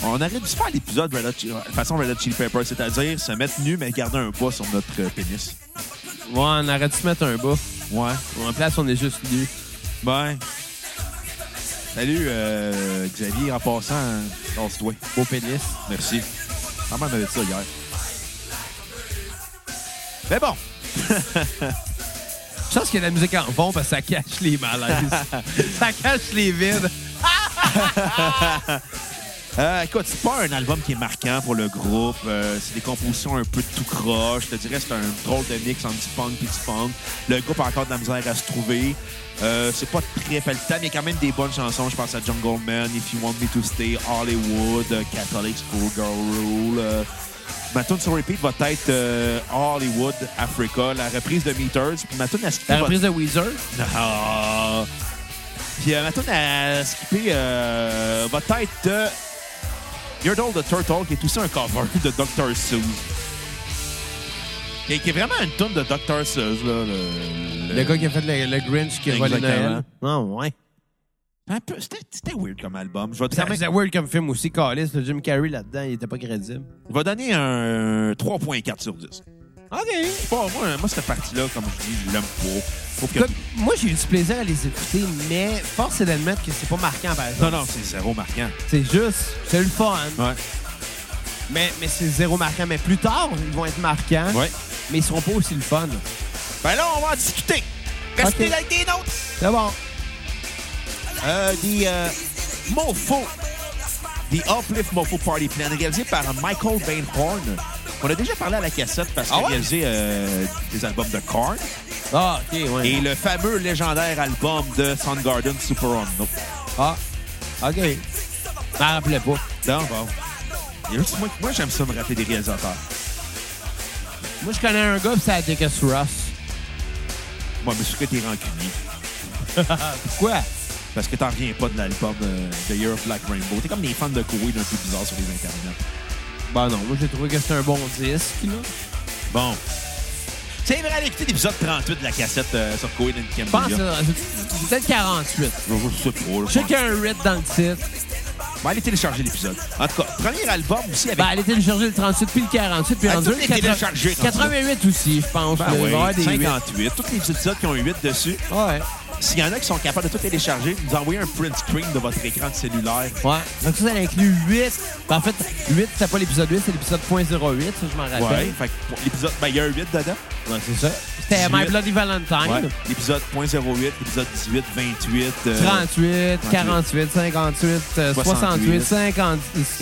On aurait dû faire l'épisode Red Hot Chili- de façon Red Hot Chili Peppers, c'est-à-dire se mettre nu mais garder un poids sur notre euh, pénis.
Ouais, on aurait dû se mettre un bas.
Ouais.
En place, on est juste nus.
Ben. Salut, euh, Xavier, en passant, hein, lance-toi.
Beau pénis.
Merci. Ma mère m'avait dit ça hier. Mais bon,
Je pense qu'il y a de la musique en fond parce que ça cache les malaises. ça cache les vides.
Euh, écoute, c'est pas un album qui est marquant pour le groupe. Euh, c'est des compositions un peu de tout croche. Je te dirais, c'est un drôle de mix entre du punk et du funk. Le groupe a encore de la misère à se trouver. Euh, c'est pas très palpitant, mais il y a quand même des bonnes chansons. Je pense à Jungle Man, If You Want Me to Stay, Hollywood, euh, Catholic Schoolgirl Rule. euh. ma tune sur repeat va être euh, Hollywood, Africa, la reprise de Meters. Puis ma tune à skipper
La
va-
reprise de Weezer.
non. Ah. Puis euh, ma tune à skipper euh, va être euh, You're Doll the Turtle, qui est aussi un cover de Dr. Seuss. Qui, qui est vraiment une tune de Dr. Seuss. Là, le,
Le gars qui a fait le, le Grinch qui a volé
Exactement.
Noël. Ah ouais.
Un peu- C'était c'était weird comme album. Je vais, te
Ça
donner-
faisait weird comme film aussi. Callis, le Jim Carrey là-dedans, il était pas crédible.
je vais donner un 3.4 sur 10.
OK.
Je sais pas, moi, moi cette partie-là, comme je dis, je l'aime pas. Faut que...
Écoute, moi, j'ai eu du plaisir à les écouter, mais force est d'admettre que c'est pas marquant, par exemple.
Non, non, c'est zéro marquant.
C'est juste, c'est le fun.
Ouais.
Mais, mais c'est zéro marquant. Mais plus tard, ils vont être marquants.
Ouais.
Mais ils seront pas aussi le fun.
Ben là, on va en discuter. Restez
Ok.
avec des notes.
C'est bon.
Euh, The euh, Mofo. The Uplift Mofo Party Plan, réalisé par Michael Bainhorn. On a déjà parlé à la cassette parce qu'il
Ah ouais?
a réalisé euh, des albums de Korn
Ah, OK, ouais.
et le fameux légendaire album de Soundgarden, Super Unknown.
Ah, OK. Je m'en rappelais pas.
Donc, bon. Il y a juste moi, moi j'aime ça me rappeler des réalisateurs.
Moi, je connais un gars, pis c'est à Dickus Ross.
Moi, mais sûr que t'es rancunier
Pourquoi?
parce que t'en reviens pas de l'album euh, The Year of Black Rainbow. T'es comme des fans de Koweïd un peu bizarres sur les internets.
Ben non, moi, j'ai trouvé que c'était un bon disque, là.
Bon. C'est vrai, allez écouter l'épisode 38 de la cassette euh, sur Koweïd and
Je pense
Cambria.
que c'est peut-être 48.
Je sais pas, je
Je sais
pense.
qu'il y a un Red dans le titre.
Ben, allez télécharger l'épisode. En tout cas, premier album aussi avec.
Ben, elle était téléchargée le 38, puis le 48, puis
Ah,
le
tout
22.
est
le 80
téléchargé,
88 aussi, je pense.
Ben
là. Il va
oui,
y avoir des huit.
58. Tous les épisodes qui ont 8 dessus.
Ouais.
S'il y en a qui sont capables de tout télécharger, vous envoyez un print screen de votre écran de cellulaire.
Ouais. Donc, ça, ça inclut 8. Ben, en fait, 8, c'était pas l'épisode 8, c'est l'épisode .08, ça, je m'en
Ouais.
rappelle.
Fait que pour l'épisode, ben, il y a un 8 dedans.
Ouais, c'est ça. Hein? C'était
18.
My Bloody Valentine.
Ouais. L'épisode 0.08, l'épisode 18, 28. euh,
38, 48, 58,
68,
euh, 68, 50,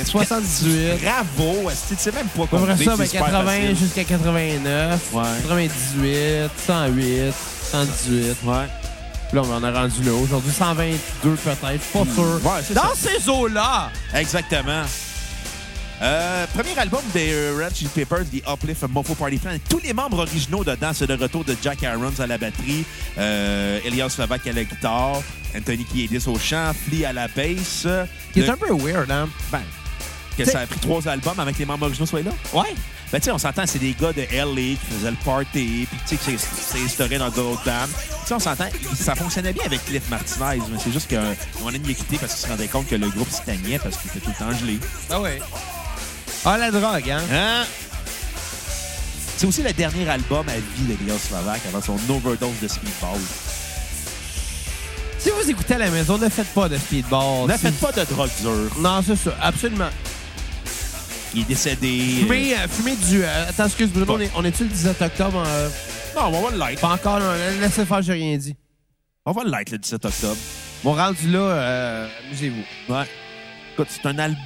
78.
Bravo! esti, Tu sais même pas quoi
Après ça, ben, 80 jusqu'à 89,
Ouais.
98, 108, 118.
Ouais.
Puis là, on en a rendu là. Aujourd'hui, 122 peut-être, pas sûr.
Hmm. Ouais, c'est
Dans ces eaux-là!
Exactement. Euh, premier album des euh, Red Chili Peppers, The Uplift Mofo Party Plan. Tous les membres originaux dedans, c'est le retour de Jack Irons à la batterie, euh, Elias Slovak à la guitare, Anthony Kiedis au chant, Flea à la basse.
Qui est
Le-
un peu weird, hein?
Ben, que
T'sais-
ça a pris trois albums avant que les membres originaux soient là.
Ouais.
Ben, tu sais, on s'entend, c'est des gars de LA qui faisaient le party, puis tu sais, que c'est- c'est instauré dans d'autres dames. Tu sais, on s'entend, ça fonctionnait bien avec Cliff Martinez, mais c'est juste qu'on a mis quitté parce qu'ils se rendaient compte que le groupe se stagnait Ah parce qu'il était tout le temps gelé.
Ah ouais. Ah, la drogue, hein?
Hein? C'est aussi le dernier album à vie de Léon Slovak avant son overdose de speedball.
Si vous écoutez à la maison, ne faites pas de speedball.
Ne
Si-
faites pas de drogue dure.
Non, c'est ça, absolument.
Il est décédé.
Fumez, euh, fumez du. euh, attends, excuse-moi,
Bon.
on est- on est-tu le 17 octobre? euh,
Non, on va le like.
pas encore, non, laissez faire, j'ai rien dit.
On va le like le 17 octobre.
Bon, rendu là, euh, amusez-vous.
Ouais. Écoute, c'est un album.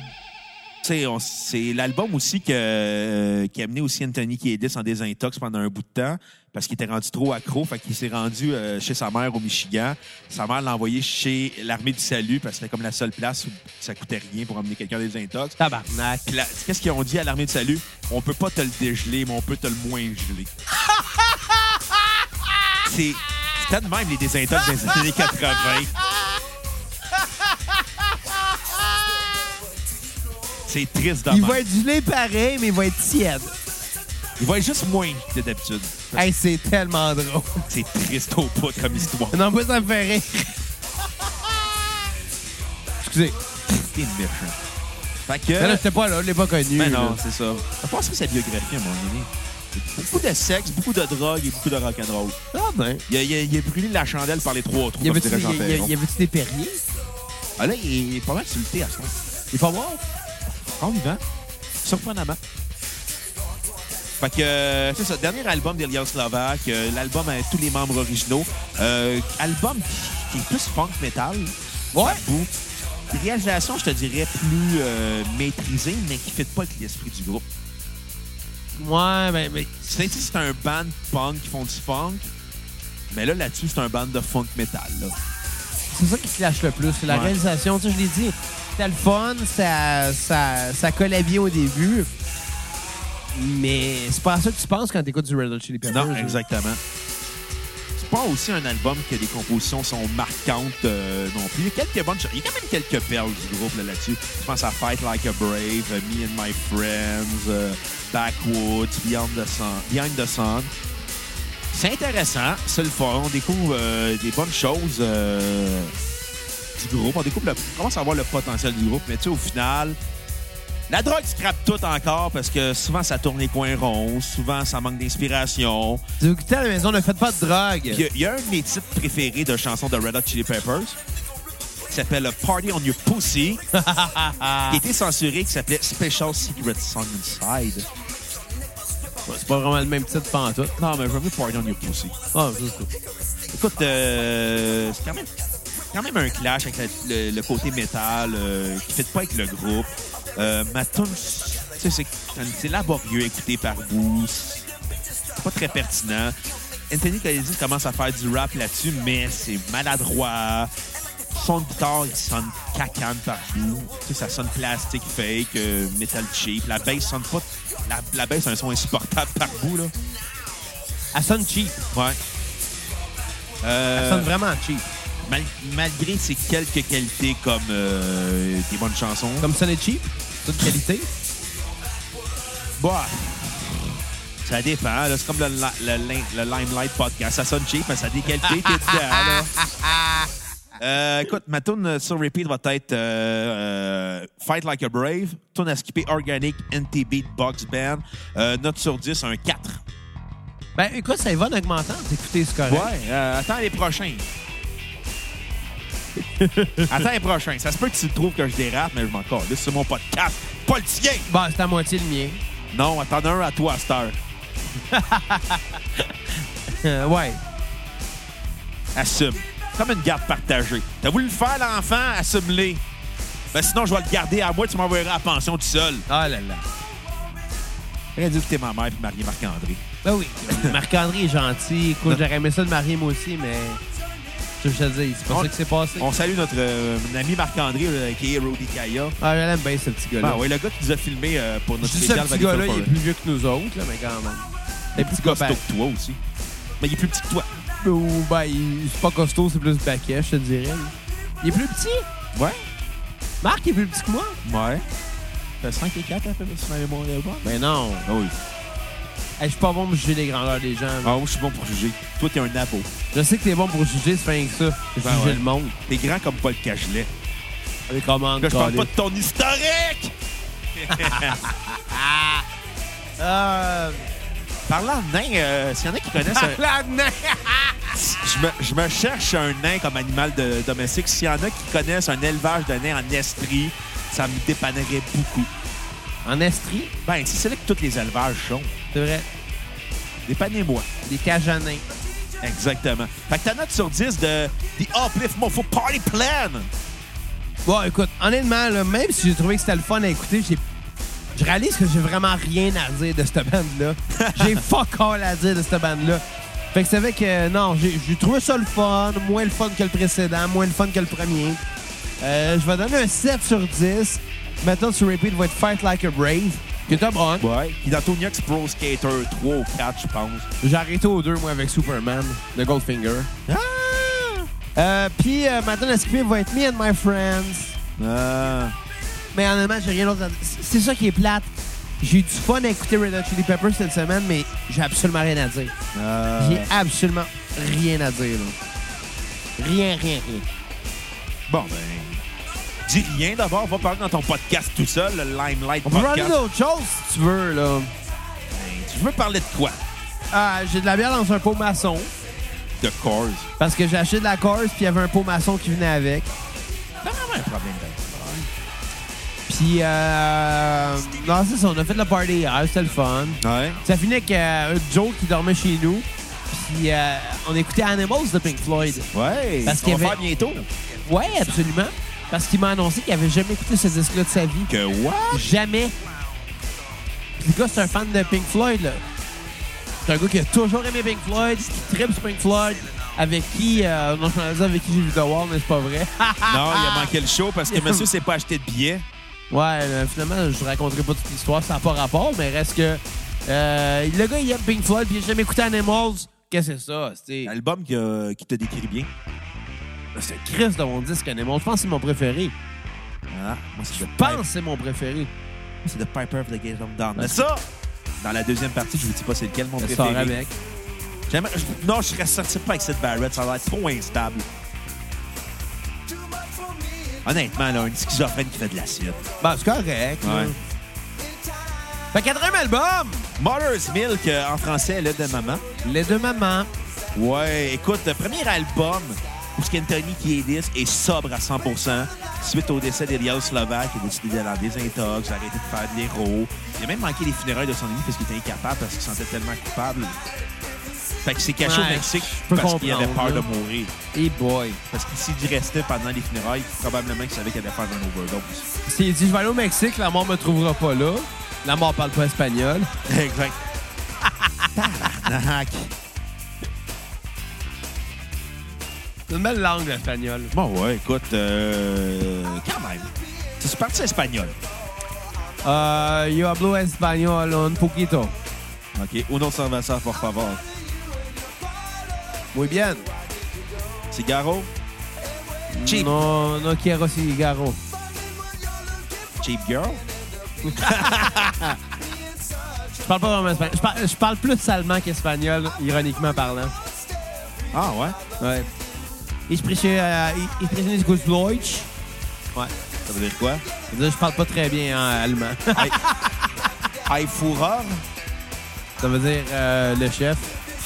C'est l'album aussi que, euh, qui a amené aussi Anthony Kiedis en désintox pendant un bout de temps parce qu'il était rendu trop accro. Fait qu'il s'est rendu euh, chez sa mère au Michigan. Sa mère l'a envoyé chez l'armée du salut parce que c'était comme la seule place où ça coûtait rien pour emmener quelqu'un désintox.
Tabarnak.
Puis la- Qu'est-ce qu'ils ont dit à l'armée du salut? On peut pas te le dégeler, mais on peut te le moins geler. C'est c'était de même les désintox des années 80. C'est triste d'abord.
Il va être gelé pareil, mais il va être tiède.
Il va être juste moins que d'habitude.
Hey, c'est tellement drôle.
C'est triste au bout comme histoire.
Non, moi, ça me fait rire. Excusez.
C'est méchant. Fait
Mais là,
que...
j'étais pas là, je l'ai pas connu.
Ben non,
là.
c'est ça. Je pense que c'est sa biographie, à mon ami. Beaucoup de sexe, beaucoup de drogue et beaucoup de rock'n'roll.
Ah ben.
Il a, il a- il a brûlé la chandelle par les trois trous,
Y
comme
avait-tu
dirait Jean
des,
Perron.
y- y avait-tu des Perrier?
Ah là, il est pas mal sulté à ce moment.
Il est pas mort?
En vivant. Surprenamment. Fait que, euh, c'est ça, dernier album d'Elian Slovak, euh, l'album à tous les membres originaux. Euh, album qui- qui est plus funk metal.
Ouais.
Ou réalisation, je te dirais, plus euh, maîtrisée, mais qui ne fit pas avec l'esprit du groupe.
Ouais, ben, mais.
C'est c'est un band punk qui font du funk, mais là, là-dessus, c'est un band de funk metal. là.
C'est ça qui clash le plus, c'est la
Ouais.
réalisation. Tu sais, je l'ai dit, c'était le fun, ça, ça, ça collait bien au début. Mais c'est pas à ça que tu penses quand t'écoutes du Red Hot Chili Peppers.
Non, exactement. C'est pas aussi un album que les compositions sont marquantes euh, non plus. Il y a quelques bonnes choses. Il y a quand même quelques perles du groupe là, là-dessus. Je pense à Fight Like a Brave, euh, Me and My Friends, euh, Backwoods, Beyond the Sun. Behind the Sun. C'est intéressant, c'est le fun. On découvre euh, des bonnes choses euh, du groupe. On découvre le- on commence à voir le potentiel du groupe. Mais tu sais, au final, la drogue scrape tout encore parce que souvent ça tourne les coins ronds, souvent ça manque d'inspiration.
Tu écoutais à la maison, ne faites pas de drogue.
Il y, a- il y a un de mes titres préférés de chansons de Red Hot Chili Peppers qui s'appelle Party on Your Pussy, qui a été censuré, qui s'appelait Special Secret Song Inside.
C'est pas vraiment le même titre pantoute.
Non, Ah, mais j'aime mieux Party on Your Pussy.
Ah, c'est cool.
Écoute, euh, c'est quand même, quand même un clash avec la- le, le côté métal euh, qui ne fait pas avec le groupe. Euh, ma tune, tu sais, c'est c'est laborieux écouté par vous. C'est pas très pertinent. Anthony Colizzi commence à faire du rap là-dessus, mais c'est maladroit. Son de guitare, il sonne cacane partout. Tu sais, ça sonne plastique fake, euh, metal cheap. La bass sonne pas. La, la bass a un son insupportable par bout, là.
Elle sonne cheap.
Ouais. Euh,
Elle sonne vraiment cheap.
Mal- malgré ses quelques qualités comme euh, des bonnes chansons.
Comme sonner cheap, c'est de qualité.
bah, ça dépend. là. C'est comme le, li- le li- le Limelight Podcast. Ça sonne cheap, mais ça a des qualités. T'es dedans, là. Euh, écoute, ma tune sur repeat va être euh, euh, Fight Like a Brave, tune à skipper Organic NT Beatbox Band, euh, note sur 10, un 4.
Ben, écoute, ça y va en augmentant. Écoutez, c'est correct.
Ouais, euh, attends les prochains. attends les prochains. Ça se peut que tu trouves que je dérape, mais je m'en calisse. C'est mon podcast, pas le tien.
Bah, c'est à moitié le mien.
Non, attends un à toi, à cette heure.
Euh, ouais.
Assume. Comme une garde partagée. T'as voulu le faire, l'enfant? Assume-le. Ben, sinon, je vais le garder à moi, tu m'enverras à la pension tout seul.
Ah là là.
J'aurais dû écouter ma mère puis marier Marc-André.
Ben oui. Marc-André est gentil. Écoute, j'aurais aimé ça de marier moi aussi, mais. Je veux te le dire, c'est pas
On-
ça qui s'est passé.
On salue notre euh, ami Marc-André, euh, qui est Rudy Kaya.
Ah, je l'aime bien, ce petit gars-là.
Ben, ouais, le gars qui nous a filmé euh, pour notre
Je dis ce
spécial
petit
Valley
gars-là,
Film
il est
Forum.
plus vieux que nous autres, là, mais quand même. Il est plus
costaud que toi aussi. Mais il est plus petit que toi.
Ou, ben, il- c'est pas costaud, c'est plus baquet, je te dirais. Il est plus petit.
Ouais?
Marc est plus petit que moi.
Ouais. T'as 5 et 4 à peu près, si ma mémoire est bonne.
Ben non.
Ah oui.
Hey, je suis pas bon pour juger les grandeurs des gens.
Ah, moi, je suis bon pour juger. Toi, t'es un abo.
Je sais que t'es bon pour juger, c'est rien que ça.
Ben
juger
ouais.
le monde.
T'es grand comme Paul Cagelet.
Les commandes,
Là, je parle
calé.
pas de ton historique!
Euh,
Parlant de nains, euh, s'il y en a qui connaissent... un-
La nain!
je, me, je me cherche un nain comme animal de- domestique. S'il y en a qui connaissent un élevage de nains en Estrie, ça me dépannerait beaucoup.
En Estrie,
Ben, tu sais, c'est là que tous les élevages sont.
c'est vrai,
Dépannez-moi.
des cages à nains.
Exactement. Fait que ta note sur 10 de The Uplift Mofo Party Plan.
Bon, écoute, honnêtement, là, même si j'ai trouvé que c'était le fun à écouter, j'ai... je réalise que j'ai vraiment rien à dire de cette bande-là. j'ai fuck all à dire de cette bande-là. Fait que c'est vrai que, euh, non, j'ai, j'ai trouvé ça le fun, moins le fun que le précédent, moins le fun que le premier. Euh, je vais donner un 7 sur 10. Maintenant, sur repeat, va être Fight Like a Brave, qui est un bon.
Ouais. Puis dans Tony Hawk's Pro Skater 3 ou 4, je pense.
J'ai arrêté aux deux, moi, avec Superman, de Goldfinger. Ah! Euh, Puis, euh, maintenant, la skipper va être Me and My Friends.
Ah.
Mais honnêtement, j'ai rien d'autre à dire. C'est- C'est ça qui est plate. J'ai eu du fun à écouter Red Hot Chili Peppers cette semaine, mais j'ai absolument rien à dire.
Ah.
J'ai absolument rien à dire. là. Rien, rien, rien.
Bon, ben. Dis rien d'abord. Va parler dans ton podcast tout seul, le Limelight
On peut parler
Podcast.
d'autre chose si tu veux, là.
Ben, tu veux parler de quoi?
Ah, j'ai de la bière dans un pot maçon
De course.
parce que j'ai acheté de la Corse puis il y avait un pot maçon qui venait avec.
T'as vraiment un problème avec ça.
Puis, euh. Non, c'est ça, on a fait le party hier, c'était le fun.
Ouais.
Ça finit avec euh, Joe qui dormait chez nous. Puis, euh, on écoutait Animals de Pink Floyd.
Ouais.
Parce
On
qu'il y
va
avait-
faire bientôt.
Ouais, absolument. Parce qu'il m'a annoncé qu'il avait jamais écouté ce disque-là de sa vie.
Que what?
Jamais. Puis le gars, c'est un fan de Pink Floyd, là. C'est un gars qui a toujours aimé Pink Floyd, qui tripe sur Pink Floyd, avec qui, euh, non, je m'en disais avec qui j'ai vu The Wall, mais c'est pas vrai.
Non,
Ah,
il a manqué le show parce que monsieur s'est pas acheté de billets.
ouais, là, finalement, je raconterai pas toute l'histoire, ça n'a pas rapport, mais reste que. euh, le gars, il aime Pink Floyd, puis il a jamais écouté Animals. Qu'est-ce que c'est ça? C'est
L'album qui, a- qui te décrit bien.
c'est Chris de mon disque Animals. Je pense que c'est mon préféré.
Ah, moi, c'est
Je pense que c'est mon préféré.
C'est The Piper of the Gates of Dawn.
Ouais.
Ça, dans la deuxième partie, je vous dis pas c'est lequel mon
Ça sort
préféré.
avec.
J'aimerais- je- Non, je serais sorti pas avec cette Barrett. Ça a l'air trop instable. Honnêtement, là, un schizophrène qui fait de l'acide.
Ben, c'est correct. là.
Ouais.
Fait quatrième album!
Mother's Milk, euh, en français, l'aide de maman.
Les deux mamans.
Ouais, écoute, le premier album où Anthony Kiedis est sobre à 100 suite au décès d'Elias Slovak, il a décidé d'aller en désintox, arrêter de faire de l'héros. Il a même manqué les funérailles de son ami parce qu'il était incapable, parce qu'il se sentait tellement coupable. Fait qu'il s'est caché
Ouais,
au Mexique
je peux
parce qu'il avait peur
comprendre,
de
là.
mourir.
Et boy.
Parce qu'il s'il restait pendant les funérailles, probablement qu'il savait qu'il allait faire un overdose.
S'il dit, je vais aller au Mexique, la mort me trouvera pas là. La mort parle pas espagnol.
exact. Tabarnak.
C'est une belle langue, l'espagnol.
Bon, ouais, écoute, euh, quand même. C'est parti espagnol.
Euh, yo hablo espagnol un poquito.
OK. Uno San Vincent, por favor.
Muy bien.
Cigaro? Cheap.
No, no quiero cigarro.
Cheap girl?
Je parle pas vraiment espagnol. Je parle, je parle plus allemand qu'espagnol, ironiquement parlant.
Ah, ouais?
Ouais. Ich spreche, euh, ich- ich spreche nicht gut Deutsch. Ouais.
Ça veut dire quoi?
Ça veut dire, Je parle pas très bien en allemand.
High Führer?
Ça veut dire euh, le chef.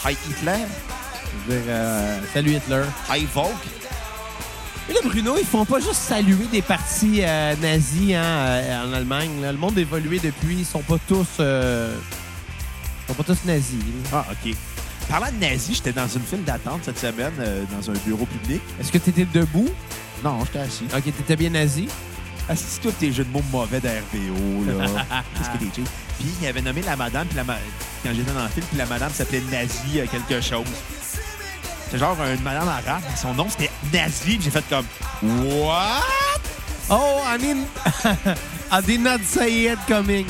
High Hitler?
Je veux dire, euh, salut Hitler.
High Vogue?
Mais là, Bruno, ils font pas juste saluer des partis euh, nazis hein, euh, en Allemagne. là. Le monde a évolué depuis. Ils sont pas tous, euh, ils sont pas tous nazis. là.
Ah, OK. Parlant de nazis, j'étais dans une file d'attente cette semaine euh, dans un bureau public.
Est-ce que t'étais debout?
Non, j'étais assis.
Ok, t'étais bien nazi.
Assis Ah, tous tes jeux de mots mauvais d'RBO, là. Qu'est-ce que t'es cheap? Puis il avait nommé la madame, puis la ma- quand j'étais dans le film, puis la madame s'appelait Nazi euh, quelque chose. C'est genre une madame arabe, mais son nom c'était Nazi, puis j'ai fait comme What?
Oh, I mean, I did not say it coming.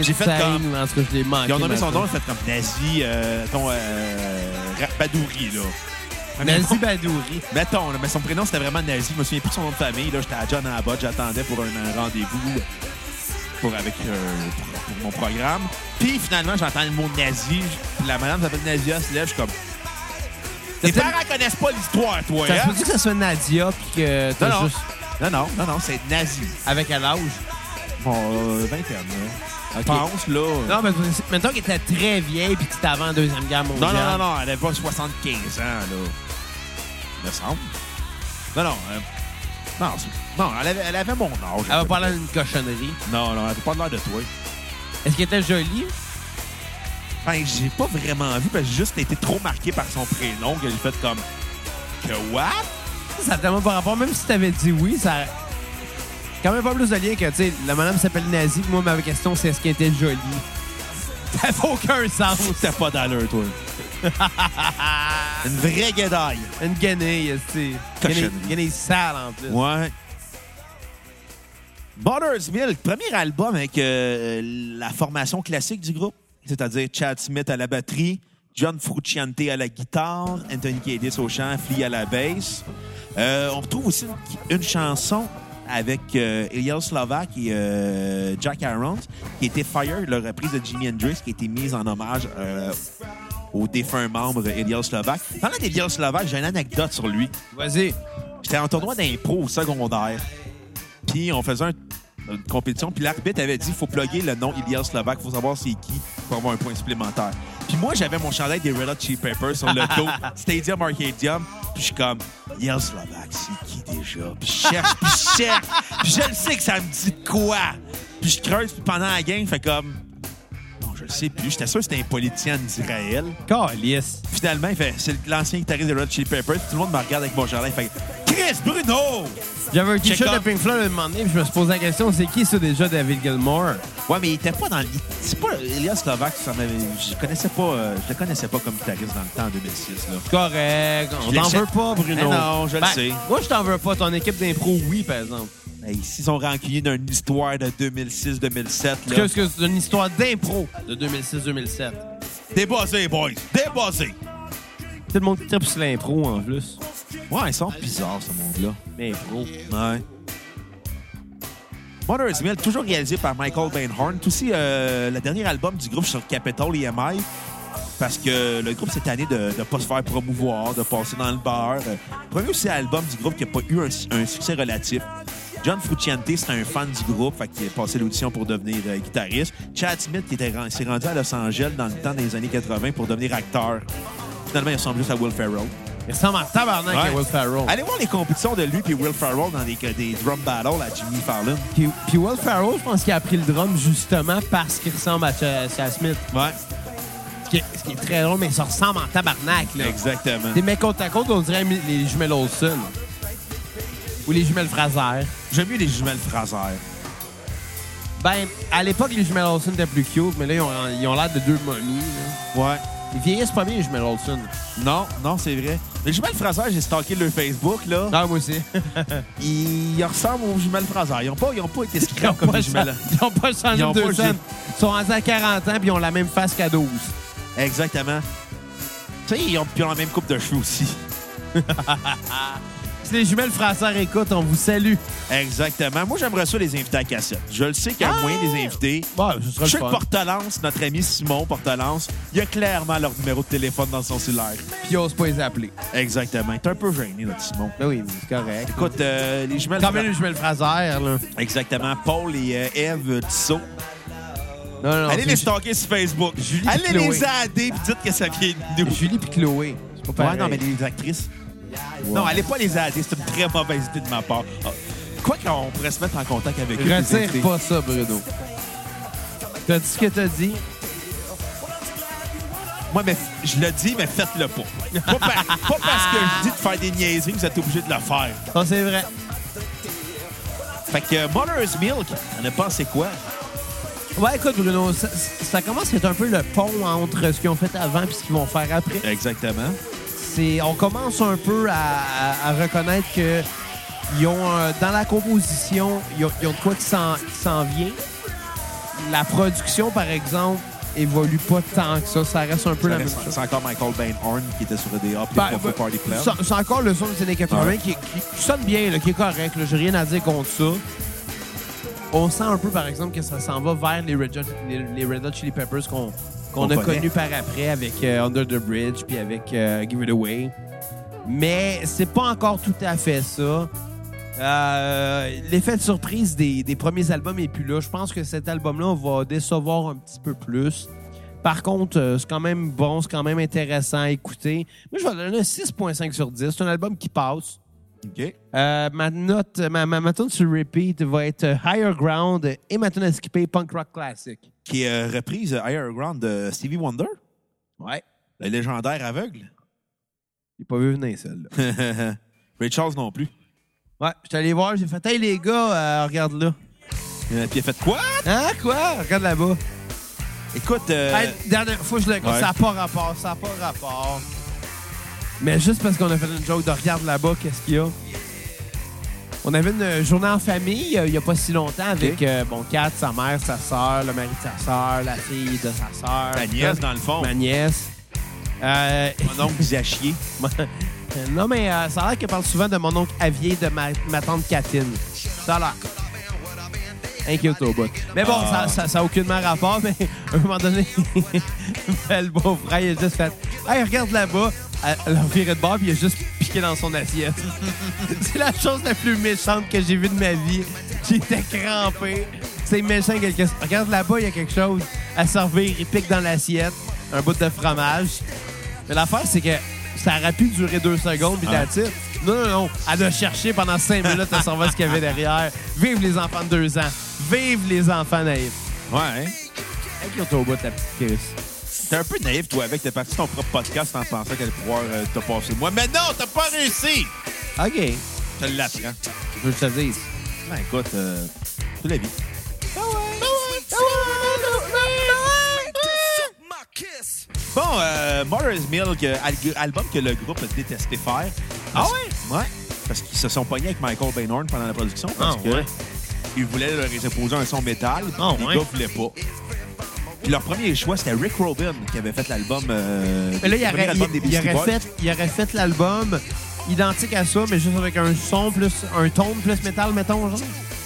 J'ai fait
Saying,
comme-
En tout cas, je l'ai manqué.
Ils ont nommé son
maintenant.
nom, ils ont fait comme Nazi, euh, ton euh, Ra- Badouri, là.
Nazi Badouri.
Mettons, là, mais son prénom, c'était vraiment Nazi. Je me souviens plus de son nom de famille. Là, j'étais à John Abbott, j'attendais pour un, un rendez-vous pour, avec, euh, pour, pour mon programme. Puis finalement, j'entends le mot Nazi. Je- puis la madame s'appelle Nazia, se lève, je suis comme... Tes
T'as-
parents connaissent pas l'histoire, toi,
Ça se
hein?
peut que ça soit Nadia puis que
Non,
t'as
non.
juste
Non, non, non, non, c'est Nazi.
avec à l'âge.
Bon, euh, vingtaine, là. Je pense, là.
Non, mais c'est- mettons qu'elle était très vieille puis que c'était avant la Deuxième Guerre mondiale.
Non, non, non, non, elle avait pas 75 ans, là. Il me semble. Non, non. euh, non, c'est- non elle, avait, elle avait mon âge.
Elle va pas l'air d'une cochonnerie.
Non, non, elle avait pas l'air de toi.
Est-ce qu'elle était jolie?
Ben, j'ai pas vraiment vu parce que j'ai juste été trop marqué par son prénom que j'ai fait comme. Que what?
Ça a tellement pas rapport. Même si t'avais dit oui, ça... Quand même pas plus de lien que, tu sais, la madame s'appelle Nazi, puis moi, ma question, c'est est-ce qu'elle était jolie? Ça fait aucun sens.
Ah, T'as pas d'allure, toi. Une vraie guédaille.
Une guenille, tu sais.
Cochonnerie.
Guenille- Guenille sale, en plus.
Ouais. Butter's Milk, premier album avec euh, la formation classique du groupe, c'est-à-dire Chad Smith à la batterie, John Frucciante à la guitare, Anthony Kiedis au chant, Flea à la basse. Euh, on retrouve aussi une, une chanson avec euh, Eliel Slovak et euh, Jack Irons, qui était Fire, la reprise de Jimi Hendrix, qui a été mise en hommage euh, au défunt membre Eliel Slovak. Parlant d'Eliel Slovak, j'ai une anecdote sur lui.
Vas-y.
J'étais en tournoi d'impro au secondaire. Puis on faisait un- une compétition. Puis l'arbitre avait dit faut plugger le nom Ilias Slovak. faut savoir c'est qui pour avoir un point supplémentaire. Puis moi, j'avais mon chandail des Red Hot Chili Peppers sur le dos. Stadium Arcadium. Puis je suis comme Ilias Slovak, c'est qui déjà? Puis je cherche, puis je cherche. Puis je le sais que ça me dit de quoi. Puis je creuse. Puis pendant la game, fait comme... Non, je le sais plus. J'étais sûr que c'était un politicien d'Israël.
Calice.
Finalement, il fait, c'est l'ancien guitariste des Red Chili Peppers. Tout le monde me regarde avec mon chandail. Il fait Chris Bruno!
J'avais un
Check
t-shirt de
up.
Pink Floyd à un moment donné, puis je me suis posé la question, c'est qui ça déjà, David Gilmore?
Ouais, mais il était pas dans. il- C'est pas Elias Slovak, ça m'avait- je connaissais pas. euh, je le connaissais pas comme guitariste dans le temps en 2006. Là.
Correct. On
Je
t'en
l'accepte.
veut pas, Bruno. Ben,
Mais non, je le sais.
Moi, je t'en veux pas. Ton équipe d'impro, oui, par exemple.
Hey, s'ils sont rancuniers d'une histoire de 2006-2007,
Parce
là.
que- parce que c'est une histoire d'impro de 2006-2007.
Débossé, boys! Débossé!
Tout le monde qui tripe sur l'impro, en plus.
Ouais, ils sont bizarres, ce monde-là.
L'impro.
Ouais. Mother's Milk, toujours réalisé par Michael Bainhorn. C'est aussi euh, le dernier album du groupe sur Capitol EMI. Parce que le groupe, cette année, de ne pas se faire promouvoir, de passer dans le bar. Euh, Premier aussi album du groupe qui n'a pas eu un, un succès relatif. John Frucciante, c'est un fan du groupe, fait qu'il a passé l'audition pour devenir euh, guitariste. Chad Smith, qui était ren- s'est rendu à Los Angeles dans le temps des années 80 pour devenir acteur. Finalement, il ressemble juste à Will Ferrell.
Il ressemble à tabarnak à
Ouais.
Will Ferrell.
Allez voir les compétitions de lui et Will Ferrell dans des, des drum battles à Jimmy Fallon.
Puis, puis Will Ferrell, je pense qu'il a pris le drum justement parce qu'il ressemble à Ch- Chad Smith.
Ouais.
Ce qui, est, ce qui est très drôle, mais ça ressemble en tabarnak, là.
Exactement.
Des mecs côte à côte, on dirait les jumelles Olsen. Ou les jumelles Fraser.
J'aime mieux les jumelles Fraser.
Ben, à l'époque, les jumelles Olsen étaient plus cute, mais là, ils ont ils ont l'air de deux momies. là.
Ouais.
Ils vieillissent pas bien, les jumelles Olsen.
Non, non, c'est vrai. Les jumelles Fraser, j'ai stalké leur Facebook, là.
Ah, moi aussi.
Ils, ils ressemblent aux jumelles Fraser. Ils n'ont pas, ils ont pas été
Ils ont
scraps comme
pas
les
changé-
jumelles.
hein. ils ont pas changé
Ils ont
de
pas
deux
changé.
ans. Ils sont rendus à 40 ans puis ils ont la même face qu'à 12.
Exactement. Tu sais, ils ont, puis ils ont la même coupe de cheveux aussi.
Si les jumelles françaises écoutent, on vous salue.
Exactement. Moi, j'aimerais ça les inviter à cassette. Je le sais qu'il y a
Ah!
moyen de les inviter.
Bon, Bah, ce sera
Je sais que Portalance, notre ami Simon Portalance, il a clairement leur numéro de téléphone dans son cellulaire.
Puis ils osent pas les appeler.
Exactement. Il est un peu gêné, notre Simon.
Ben oui, c'est correct.
Écoute, euh, les jumelles.
Quand même les jumelles françaises, là. Non,
Exactement. Paul et euh, Eve Tissot.
non,
Allez
Ah, c'est
les
Ju-
stalker sur Facebook.
Julie
Allez
Chloé.
les aider puis dites que ça vient de nous.
Julie puis Chloé. C'est pas
Ouais,
pareil.
non, mais les actrices.
Ouais.
Non, allez pas les aider. C'est une très mauvaise idée de ma part. Ah. Quoi qu'on pourrait se mettre en contact avec eux. les inviter.
Retire pas ça, Bruno. T'as dit ce que t'as dit.
Moi, mais je le dis, mais faites-le pas. Pas, par- pas parce que je dis de faire des niaiseries, vous êtes obligés de le faire.
Ça, c'est vrai.
Fait que euh, Mother's Milk, on a pensé quoi?
Ouais, écoute, Bruno, ça, ça commence à être un peu le pont entre ce qu'ils ont fait avant et ce qu'ils vont faire après.
Exactement.
c'est- on commence un peu à, à- à reconnaître que ils ont euh, dans la composition, ils ont, ils ont de quoi qui s'en qui s'en vient. La production, par exemple, évolue pas tant que ça. Ça reste un peu la même chose.
C'est encore Michael Bainhorn qui était sur EDA puis
Ben,
Pop
ben,
Party Plan.
c'est- C'est encore le son des années 80
Ouais.
qui, qui- qui sonne bien, là, qui est correct. là. J'ai rien à dire contre ça. On sent un peu, par exemple, que ça s'en va vers les Red Hot, les, les Red Hot Chili Peppers qu'on qu'on
On
a
connaît.
connus par après avec euh, Under the Bridge puis avec euh, Give It Away. Mais c'est pas encore tout à fait ça. Euh, L'effet de surprise des, des premiers albums est plus là. Je pense que cet album-là, on va décevoir un petit peu plus. Par contre, euh, c'est quand même bon, c'est quand même intéressant à écouter. Moi, je vais donner un 6.5 sur 10. C'est un album qui passe.
OK.
Euh, ma note, ma, ma, ma tune sur repeat va être euh, Higher Ground et ma tune à skipper Punk Rock Classic.
Qui est euh, reprise euh, Higher Ground de Stevie Wonder,
Ouais.
le légendaire aveugle.
J'ai pas vu venir celle-là.
Ray Charles non plus.
Ouais, j'étais allé voir, j'ai fait Hey les gars, euh, regarde là.
Euh, Puis il a fait quoi?
Hein, quoi? Regarde
Euh,
là-bas.
Écoute, euh,
Hey, dernière fois, je le
ouais.
ça n'a pas rapport, ça n'a pas rapport. Mais juste parce qu'on a fait une joke de regarde là-bas, qu'est-ce qu'il y a? On avait une journée en famille euh, il n'y a pas si longtemps avec
Ok.
euh, bon, Kat, sa mère, sa sœur, le mari de sa sœur, la fille de sa sœur.
ta nièce, dans le fond,
Ma nièce. Euh,
mon oncle Zachier.
non, mais euh, ça a l'air qu'elle parle souvent de mon oncle Avier de ma, ma tante Catine. Ça a l'air. Inquiète au bout. Mais bon,
Ah.
ça- ça n'a aucunement rapport, mais à un moment donné, le beau-frère, il a juste fait Hey, regarde là-bas. Elle- Elle a viré de bord, puis il a juste piqué dans son assiette. C'est la chose la plus méchante que j'ai vue de ma vie. J'étais crampé. C'est méchant, quelque chose. Regarde là-bas, il y a quelque chose à servir. Il pique dans l'assiette, un bout de fromage. Mais l'affaire, c'est que ça aurait pu durer deux secondes, puis
Ah.
that's it. Non, non, non. Elle a cherché pendant cinq minutes à savoir ce qu'il y avait derrière. Vive les enfants de deux ans. Vive les enfants naïfs.
Ouais, hein?
Inquiète au bout de la petite Chris.
T'es un peu naïf, toi, avec. T'as parti ton propre podcast en pensant qu'elle allait pouvoir euh, te passer de moi. Mais non, t'as pas réussi!
OK.
Je te l'apprends.
Je veux que je te dise.
Ben, écoute, euh, toute la vie. Bon, euh, Mother's Milk, euh, alg- album que le groupe a détesté
Ah
faire. Parce- Ouais. Parce qu'ils se sont pognés avec Michael Baynhorn pendant la production parce
Ah,
que
ouais.
ils voulaient leur imposer un son métal.
Ah,
les
ouais.
gars voulaient pas. Puis leur premier choix, c'était Rick Rubin qui avait fait l'album. euh,
Mais là,
le
il
premier
aurait,
album des
il- il
Beastie
aurait
Boys.
fait, il aurait fait l'album identique à ça, mais juste avec un son plus... un ton plus métal, mettons, genre.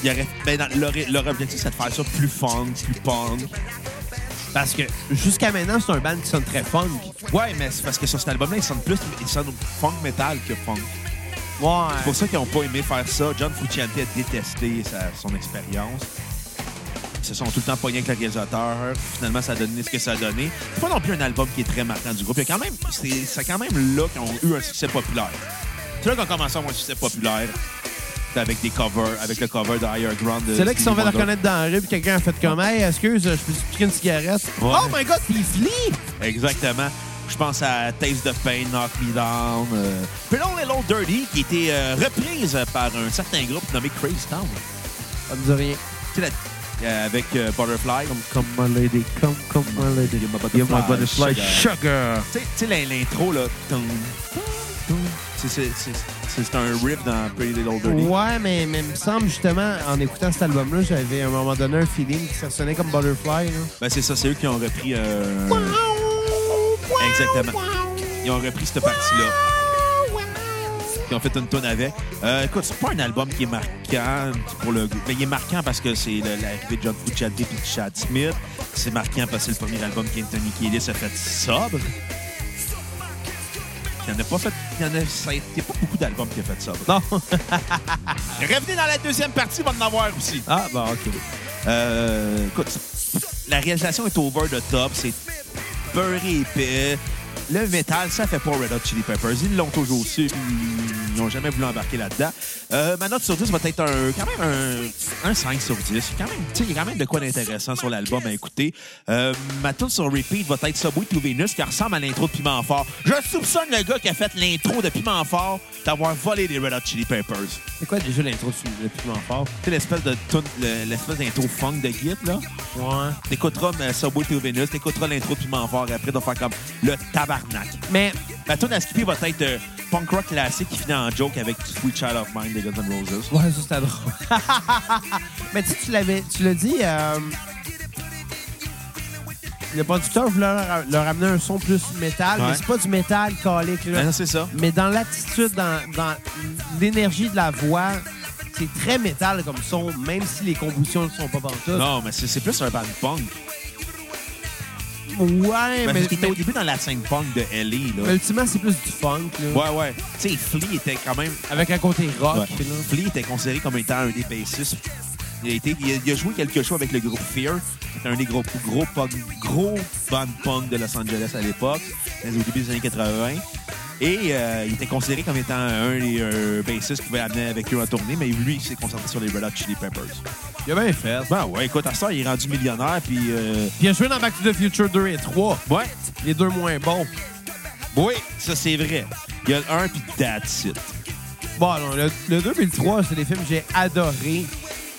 Il aurait- ben, dans- leur, leur objectif, c'est de faire ça plus fun, plus punk.
Parce que jusqu'à maintenant, c'est un band qui sonne très funk.
Ouais, mais c'est parce que sur cet album-là, ils sonnent plus ils sonnent funk metal que funk. C'est
Ouais.
pour ça qu'ils n'ont pas aimé faire ça. John Frusciante a détesté sa- son expérience. Ils se sont tout le temps pognés avec le réalisateur. Finalement, ça a donné ce que ça a donné. C'est pas non plus un album qui est très marquant du groupe. Il y a quand même, c'est c'est quand même là qu'ils ont eu un succès populaire. C'est là qu'on commence à avoir un succès populaire avec des covers, avec le cover de Higher Ground. de
C'est là qu'ils sont
Stevie
fait
Wonder.
reconnaître dans la rue, puis quelqu'un a fait comme Hey, excuse, je peux piquer une cigarette.
Ouais.
Oh my god, t'es flic!
Exactement. Je pense à Taste of Pain, Knock Me Down, euh, Pretty Little Dirty, qui a été euh, reprise par un certain groupe nommé Crazy Town.
Ah, Ça me dit rien.
Tu sais, la- euh, avec euh, Butterfly.
Come, come, my lady, come, come, my lady.
You're my butterfly
You're my butterfly
sugar.
sugar.
Tu sais- tu sais, l'in- l'intro, là. tum, tum, tum. C'est- c'est- C'est c'est- c'est un riff dans Pretty Little Dirty.
Ouais, mais, mais il me semble justement, en écoutant cet album-là, j'avais à un moment donné un feeling que ça sonnait comme Butterfly. Là.
Ben, c'est ça, c'est eux qui ont repris. euh, Exactement. Ils ont repris cette partie-là. Ils ont fait une tonne avec. Euh, écoute, c'est pas un album qui est marquant pour le groupe. Mais il est marquant parce que c'est le- l'arrivée de John Frusciante et de Chad Smith. C'est marquant parce que c'est le premier album qu'Anthony Kiedis a fait sobre. Il n'y en a pas fait. Il y en a, ça a été pas beaucoup d'albums qui a fait sobre.
Non.
Revenez dans la deuxième partie, on va en avoir aussi.
Ah, bah, OK.
Euh, écoute, la réalisation est over the top, c'est beurré épais. E. Le métal, ça fait pas Red Hot Chili Peppers. Ils l'ont toujours su, puis ils n'ont jamais voulu embarquer là-dedans. Euh, ma note sur 10 va être un, quand même un, un 5 sur 10. Quand même, tu sais, il y a quand même de quoi d'intéressant sur l'album à écouter. Euh, ma tune sur repeat va être Subway to Venus, qui ressemble à l'intro de Piment Fort. Je soupçonne le gars qui a fait l'intro de Piment Fort d'avoir volé des Red Hot Chili Peppers.
C'est quoi déjà l'intro sur le piment fort?
Tu sais, l'espèce de tune- le- l'espèce d'intro funk de Git, là.
Ouais.
T'écouteras euh, Subway to Venus, t'écouteras l'intro de Piment Fort après, t'vas faire comme le tabarnak.
Mais
La tune à skipper va être euh, punk rock classique qui finit en joke avec Sweet Child of Mine de Guns N' Roses.
Ouais, ça c'était drôle. Mais tu sais, tu l'avais, tu l'as dit, euh, le producteur voulait leur, leur amener un son plus métal,
Ouais.
mais c'est pas du métal calique, là.
Ben, non, c'est ça.
Mais dans l'attitude, dans, dans l'énergie de la voix, c'est très métal comme son, même si les combustions ne sont pas pantoute.
Non, mais c'est c'est plus un band punk.
Ouais,
Ben,
mais,
parce qu'il était
mais-
au début dans la scène punk de L.A.
mais
Là.
ultimement, c'est plus du funk, là.
Ouais, ouais. Tu sais, Flea était quand même...
Avec un côté rock,
Ouais.
là.
Flea était considéré comme étant un des bassistes. Il a, été, il a, il a joué quelque chose avec le groupe Fear. C'était un des gros, gros, punk, gros bandes punk de Los Angeles à l'époque, au début des années 80. Et euh, il était considéré comme étant un des euh, bassistes qui pouvait amener avec eux en tournée, mais lui, il s'est concentré sur les Red Hot Chili Peppers.
Il a bien fait.
Ben ouais, écoute, à ça, il est rendu millionnaire, puis... euh,
Il a joué dans Back to the Future 2 et 3.
ouais,
Les deux moins bons.
oui, ça c'est vrai. Il y a le 1, puis that's it.
Bon, alors, le, le 2 et le 3, c'est des films que j'ai adorés.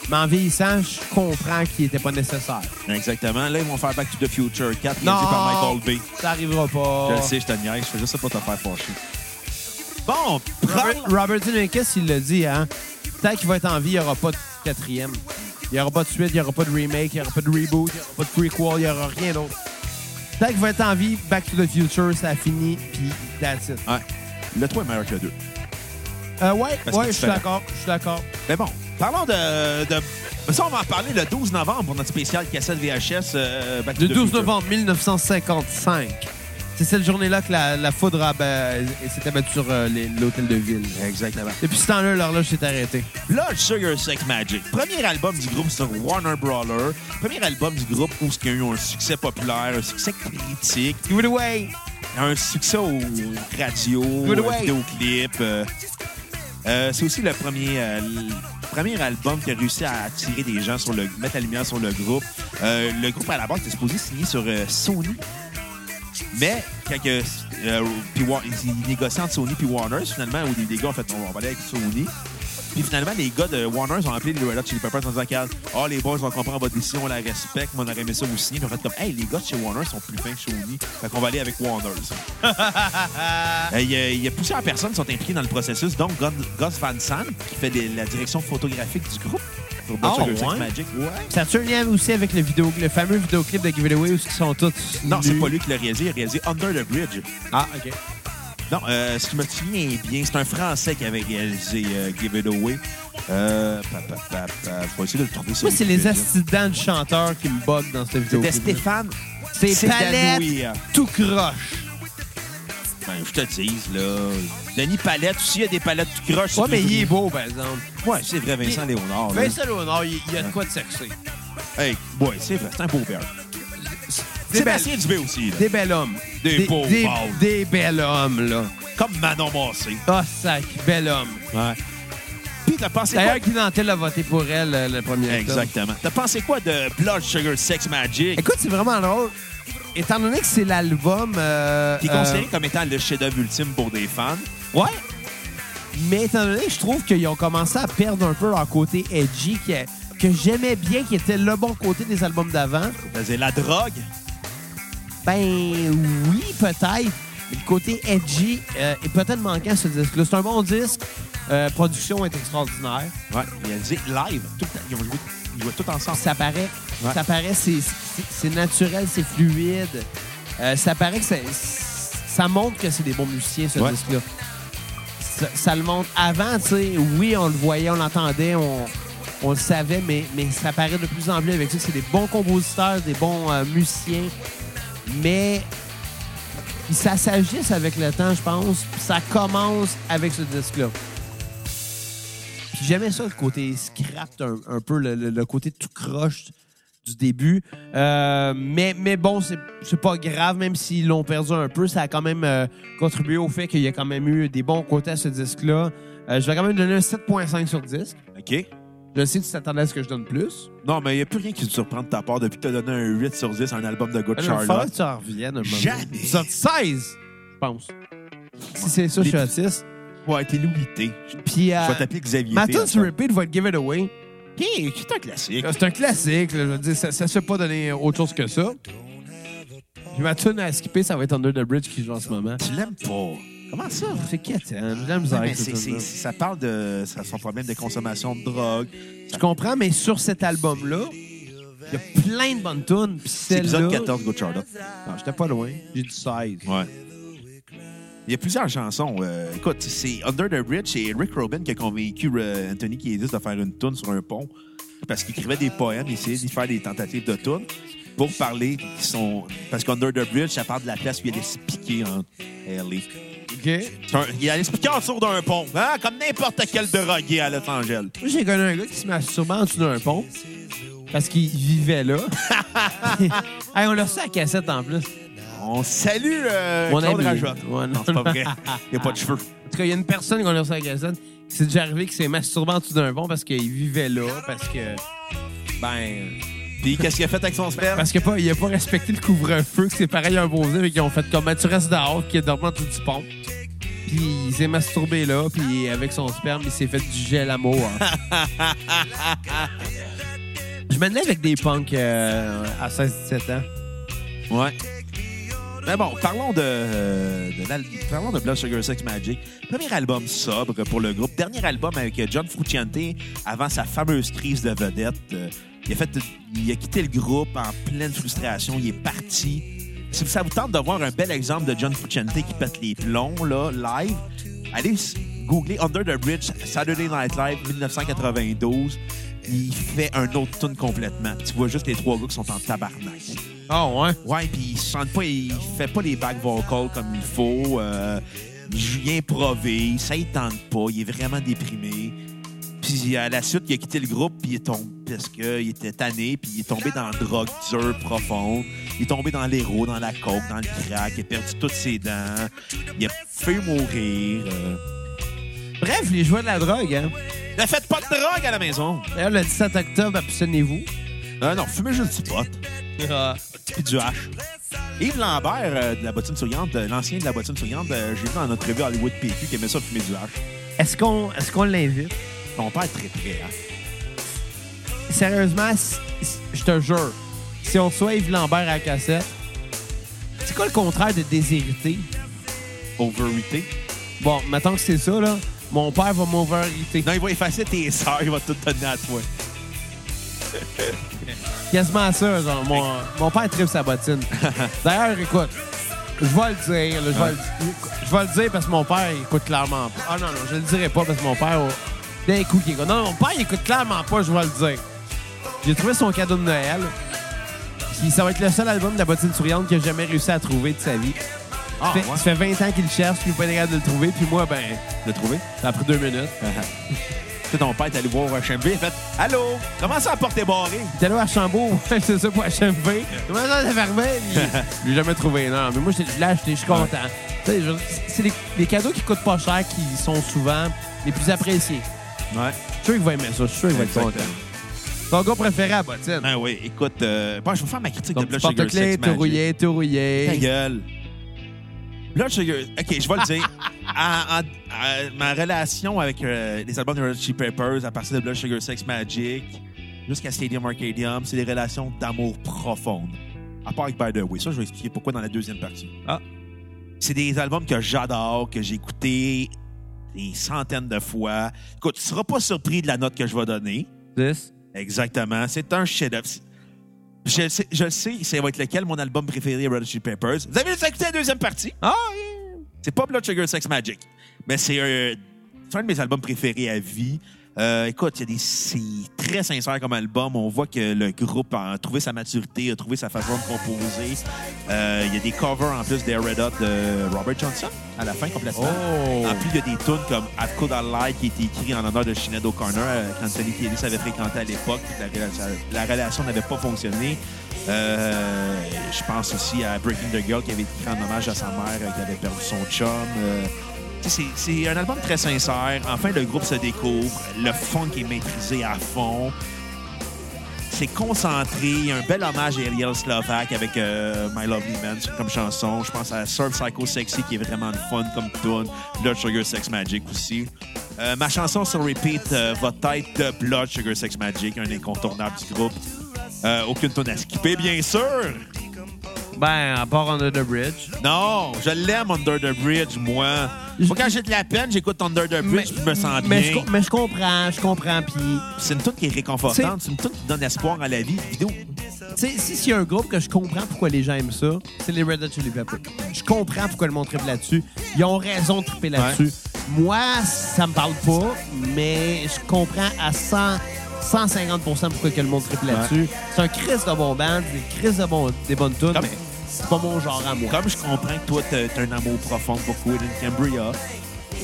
Mais en vieillissant, je comprends qu'ils n'étaient pas nécessaires.
Exactement. Là, ils vont faire Back to the Future 4,
Non,
réalisé par Michael Bay.
ça arrivera pas.
Je le sais, je te niaise. Je fais juste ça pour te faire fâcher. Bon,
Robert,
prends...
Robert Zemeckis, il le dit, hein. Tant qu'il va être en vie, il n'y aura pas de quatrième. Il n'y aura pas de suite, il n'y aura pas de remake, il n'y aura pas de reboot, il n'y aura pas de prequel, il n'y aura rien d'autre. Tant qu'il va être en vie, Back to the Future, ça finit, puis that's it.
Ouais. Le 3 est meilleur que le 2.
Euh, ouais,
Parce que
ouais,
tu
je
fais-
suis d'accord, je suis d'accord.
Mais bon, parlons de... de... Mais Ça, on va en parler le 12 novembre pour notre spécial cassette VHS euh, Back to
Le
the
12
Future.
novembre 1955. C'est cette journée-là que la, la foudre a ba- et s'est abattue sur euh, les- l'hôtel de ville.
Exactement.
Depuis ce temps-là, l'horloge s'est arrêtée.
Blood Sugar Sex Magic, premier album du groupe sur Warner Brawler, premier album du groupe où il y a eu un succès populaire, un succès critique,
Give it away!
un succès au radio,
Good
au
way.
vidéoclip. euh. Euh, c'est aussi le premier, euh, l- premier album qui a réussi à attirer des gens sur le mettre la lumière sur le groupe. Euh, le groupe à la base était supposé signer sur euh, Sony, mais quand que, euh, puis Wa- ils négociaient entre Sony puis Warner, finalement au début, les gars ont fait on va aller avec Sony. Puis finalement, les gars de Warner ont appelé les Red Hot Chili Peppers en disant regarde, Ah, les boys, on comprend votre décision, on la respecte, mais on aurait aimé ça vous signer. Puis on fait comme Hey, les gars de chez Warner sont plus fins que Sony, fait qu'on va aller avec Warner. Euh, Il y, a- il y a plusieurs personnes qui sont impliquées dans le processus, dont Gus Gus Van Sant, qui fait des- la direction photographique du groupe pour Blood
Ah,
Sugar Sex
ouais?
Magic.
Ça a-tu un lien aussi avec le, vidéo, le fameux vidéoclip de Give It Away où ils sont tous.
Non, c'est
nus?
pas lui qui l'a réalisé, il a réalisé Under the Bridge.
Ah, OK.
Non, euh, si je me souviens bien, c'est un Français qui avait réalisé euh, Give It Away. Euh, pa, pa, pa, pa. Je vais essayer de le trouver. sur
Moi, c'est les
Wikipédia.
accidents de chanteurs qui me bug dans cette vidéo.
C'était Stéphane
C'est palette
Sedanoui.
tout croche.
Ben, je te dis, là. Denis Palette aussi, il y a des palettes qui croches.
Ouais, mais il est beau, par exemple.
Ouais, c'est vrai, Vincent
Il-
Léonard. là.
Vincent Léonard, il il y a de quoi de sexy.
Hey, ouais, c'est vrai, c'est un beau père.
Des belles-
Sébastien Dubé aussi, là.
Des bels hommes.
Des beaux mâles.
Des bels hommes, là.
Comme Manon Massé.
Ah, sac, bel homme.
Ouais. Puis t'as pensé
D'ailleurs,
quoi?
qui a voté pour elle euh, le premier octobre.
Exactement. T'as pensé quoi de Blood Sugar Sex Magic?
Écoute, c'est vraiment drôle. Étant donné que c'est l'album... euh,
Qui est
euh,
considéré comme étant le chef-d'œuvre ultime pour des fans.
Ouais. Mais étant donné que je trouve qu'ils ont commencé à perdre un peu leur côté edgy, que, que j'aimais bien, qui était le bon côté des albums d'avant,
Faisait la drogue.
ben oui, peut-être. Mais le côté edgy euh, est peut-être manquant sur ce disque-là. C'est un bon disque. Euh, production est extraordinaire.
Ouais. Réalisé live. Tout le temps. Ils ont joué, ils jouaient tout ensemble.
Ça paraît,
Ouais.
ça paraît, c'est- c'est c'est naturel, c'est fluide. Euh, ça paraît que ça, ça montre que c'est des bons musiciens, ce
Ouais.
disque-là. Ça, ça le montre. Avant, tu sais, oui, on le voyait, on l'entendait, on, on le savait, mais, mais ça paraît de plus en plus avec ça. que C'est des bons compositeurs, des bons euh, musiciens, mais ça s'agisse avec le temps, je pense. puis Ça commence avec ce disque-là. Puis j'aimais ça, le côté scrap, un, un peu le, le- le côté tout croche du début. Euh, mais, mais bon, c'est c'est pas grave, même s'ils l'ont perdu un peu. Ça a quand même euh, contribué au fait qu'il y a quand même eu des bons côtés à ce disque-là. Euh, je vais quand même donner un 7.5 sur 10.
OK?
Je sais que tu t'attendais à ce que je donne plus.
Non, mais il n'y a plus rien qui te surprend de ta part depuis que t'as donné un 8 sur 10 à un album de Good
Il va falloir
Charlotte.
que tu en reviennes un moment.
Jamais.
Sur 16, je pense. Si c'est ça, je suis
Les-
autiste.
Ouais, t'es louité.
Puis, euh,
Je vais t'appeler Xavier.
ma
T
tune
à
sur
ça.
repeat va être Give It Away. Euh,
Qui qui est un classique.
C'est un classique. là, je veux dire, ça, ça se fait pas donner autre chose que ça. Puis ma tune à skipper, ça va être Under the Bridge qui joue en ce moment.
Tu l'aimes pas. Comment ça?
C'est quétaine. J'ai de la
Ouais,
misère
mais
avec
c'est-
cette
c'est-
tune-là.
c'est- ça parle de ça- son problème de consommation de drogue.
Je comprends, mais sur cet album-là, il y a plein de bonnes tunes. Puis
C'est
celle-là...
l'épisode 14 Go Charlotte.
Non, j'étais pas loin. J'ai du 16.
Ouais. Il y a plusieurs chansons. Euh, écoute, c'est Under the Bridge, c'est Rick Robin qui a convaincu euh, Anthony Kiedis de faire une toune sur un pont parce qu'il écrivait des poèmes, il essayait d'y faire des tentatives de toune. pour parler. Qui sont... Parce qu'Under the Bridge, ça parle de la place où il allait se piquer en LA.
OK.
C'est un- Il allait se piquer en dessous d'un pont, hein, comme n'importe quel drogué à Los Angeles.
Moi, j'ai connu un gars qui se masturbait en dessous d'un pont parce qu'il vivait là. Hey, on l'a reçu à la cassette en plus.
On salue euh,
Mon
Claude
ami.
Rajotte.
Ouais, non.
non, c'est pas vrai. Il n'y a pas de cheveux.
En tout cas, il y a une personne qu'on a reçu à la cassette qui s'est déjà arrivé qui s'est masturbé en dessous d'un pont parce qu'il vivait là, parce que. Ben.
Puis qu'est-ce qu'il a fait avec son sperme?
Parce qu'il n'a pas respecté le couvre-feu, que c'est pareil un voisin, mais qu'ils ont fait comme Ben, tu restes dehors, qui est dormant tout du pont. Puis il s'est masturbé là, puis avec son sperme, il s'est fait du gel à mort. Je m'en allais avec des punks euh, à 16-17 ans.
Ouais. Mais bon, parlons de, euh, de l'al- parlons de Blood Sugar Sex Magic. Premier album sobre pour le groupe. Dernier album avec euh, John Frucciante avant sa fameuse crise de vedette. Euh, Il a, fait, il a quitté le groupe en pleine frustration. Il est parti. Si ça vous tente de voir un bel exemple de John Frucciante qui pète les plombs, là, live, allez s- googler Under the Bridge, Saturday Night Live, 1992. Il fait un autre tune complètement. Tu vois juste les trois gars qui sont en tabarnak.
Ah ouais?
Ouais, puis il se chante pas, il fait pas les back vocals comme il faut. Euh, il joue- il improvise, ça il tente pas, il est vraiment déprimé. Puis à la suite, il a quitté le groupe, puis il est tombé parce qu'il était tanné, puis il est tombé dans la drogue dure profonde. Il est tombé dans l'héros, dans la coke, dans le crack, il a perdu toutes ses dents, il a fait mourir. euh.
Bref, les joueurs de la drogue, hein.
Ne faites pas de drogue à la maison!
D'ailleurs, le 17 octobre, abstenez-vous.
Euh, non, fumez juste du pot,
Ah.
puis du hache. Yves Lambert euh, de la bottine souriante, euh, l'ancien de la bottine souriante, euh, j'ai vu en entrevue à Hollywood PQ qui aimait ça fumer du hache.
Est-ce qu'on est qu'on l'invite?
Ton père est très prêt. Hein?
Sérieusement, si- si- je te jure, si on soit Yves Lambert à la cassette, c'est quoi le contraire de déshérité?
Overrated.
Bon, mettons que c'est ça, là. Mon père va m'overhiter.
Non, il va effacer tes sœurs, il va tout donner à toi.
Quasiment ça, genre. Mon, mon père tripe sa bottine. D'ailleurs, écoute, je vais le dire. là, je vais le- je vais le dire parce que mon père, il écoute clairement pas. Ah non, non, je le dirai pas parce que mon père, oh, d'un coup, il écoute. Non, non, mon père, il écoute clairement pas, je vais le dire. J'ai trouvé son cadeau de Noël. Puis ça va être le seul album de la bottine souriante qu'il a jamais réussi à trouver de sa vie.
Ah,
ça, fait, ça fait 20 ans qu'il le cherche, puis il n'est pas capable de le trouver. Puis moi, ben,
L'as trouvé?
ça a pris deux minutes.
Tu sais, ton père est allé voir euh, HMV, il a fait Allô, comment ça à porter barré?
T'es allé à Chambaud, c'est ça pour HMV. Comment ça, c'est fermé? Puis, Je l'ai jamais trouvé, non. Mais moi, je l'ai acheté, je suis content. Tu sais, je- C'est les, les cadeaux qui coûtent pas cher qui sont souvent les plus appréciés.
Ouais.
Je suis sûr qu'il va aimer ça, je suis sûr qu'il va être content. Ton gars préféré à bottine.
Ah oui, écoute, euh, bon, je vais faire ma critique
Ton
de
petit
Blood Sugar
porte-clés,
Sex
tout
Magic.
rouillé, tout
Ta
rouillé.
gueule. Blood Sugar. OK, je vais le dire. En- en- en- ma relation avec euh, les albums de Red Hot Chili Peppers à partir de Blood Sugar Sex Magic jusqu'à Stadium Arcadium, c'est des relations d'amour profonde. À part avec By The Way. Ça, je vais expliquer pourquoi dans la deuxième partie.
Ah.
C'est des albums que j'adore, que j'ai écoutés des centaines de fois. Écoute, tu seras pas surpris de la note que je vais donner.
This.
Exactement. C'est un chef-d'œuvre. Je sais, je sais, ça va être lequel mon album préféré, Red Hot Chili Peppers. Vous avez écouté la deuxième partie.
Ah,
C'est pas Blood Sugar Sex Magic, mais c'est euh, c'est un de mes albums préférés à vie. Euh, écoute, il y a des- c'est très sincère comme album. On voit que le groupe a trouvé sa maturité, a trouvé sa façon de composer. Euh, Il y a des covers en plus des Red Hot de Robert Johnson à la fin complètement.
Oh.
En plus, il y a des tunes comme I've Could I Lie qui a été écrit en honneur de Sinead O'Connor euh, quand Sally Kelly s'avait fréquenté à l'époque. puis La, rela- la relation n'avait pas fonctionné. Euh, je pense aussi à Breaking the Girl qui avait écrit en hommage à sa mère euh, qui avait perdu son chum. Euh, tu sais, c'est c'est un album très sincère. Enfin, le groupe se découvre. Le funk est maîtrisé à fond. C'est concentré. Il y a un bel hommage à Ariel Slovak avec euh, My Lovely Man comme chanson. Je pense à Surf Psycho Sexy qui est vraiment le fun comme tune. Blood Sugar Sex Magic aussi. Euh, ma chanson sur repeat, euh, votre tête de Blood Sugar Sex Magic, un incontournable du groupe. Euh, aucune tune à skipper, bien sûr.
Ben, à part Under the Bridge.
Non, je l'aime Under the Bridge, moi. Moi, quand j'ai de la peine, j'écoute Under the Bridge, puis je me sens bien.
mais je, com- mais je comprends, je comprends. Puis,
C'est une tune qui est réconfortante, c'est une tune qui donne espoir à la vie. Vidéo.
tu sais, si s'il y a un groupe que je comprends pourquoi les gens aiment ça, c'est les Red Hot Chili Peppers. Je comprends pourquoi le monde tripe là-dessus. Ils ont raison de triper là-dessus. Moi, ça me parle pas, mais je comprends à 100, 150 pourquoi que le monde triple là-dessus. C'est un Chris de bon band, des Chris de bon, des bonnes tunes.
Comme-
C'est pas mon genre à moi.
Comme je comprends que toi, t'as t'as un amour profond pour Queen and Cambria.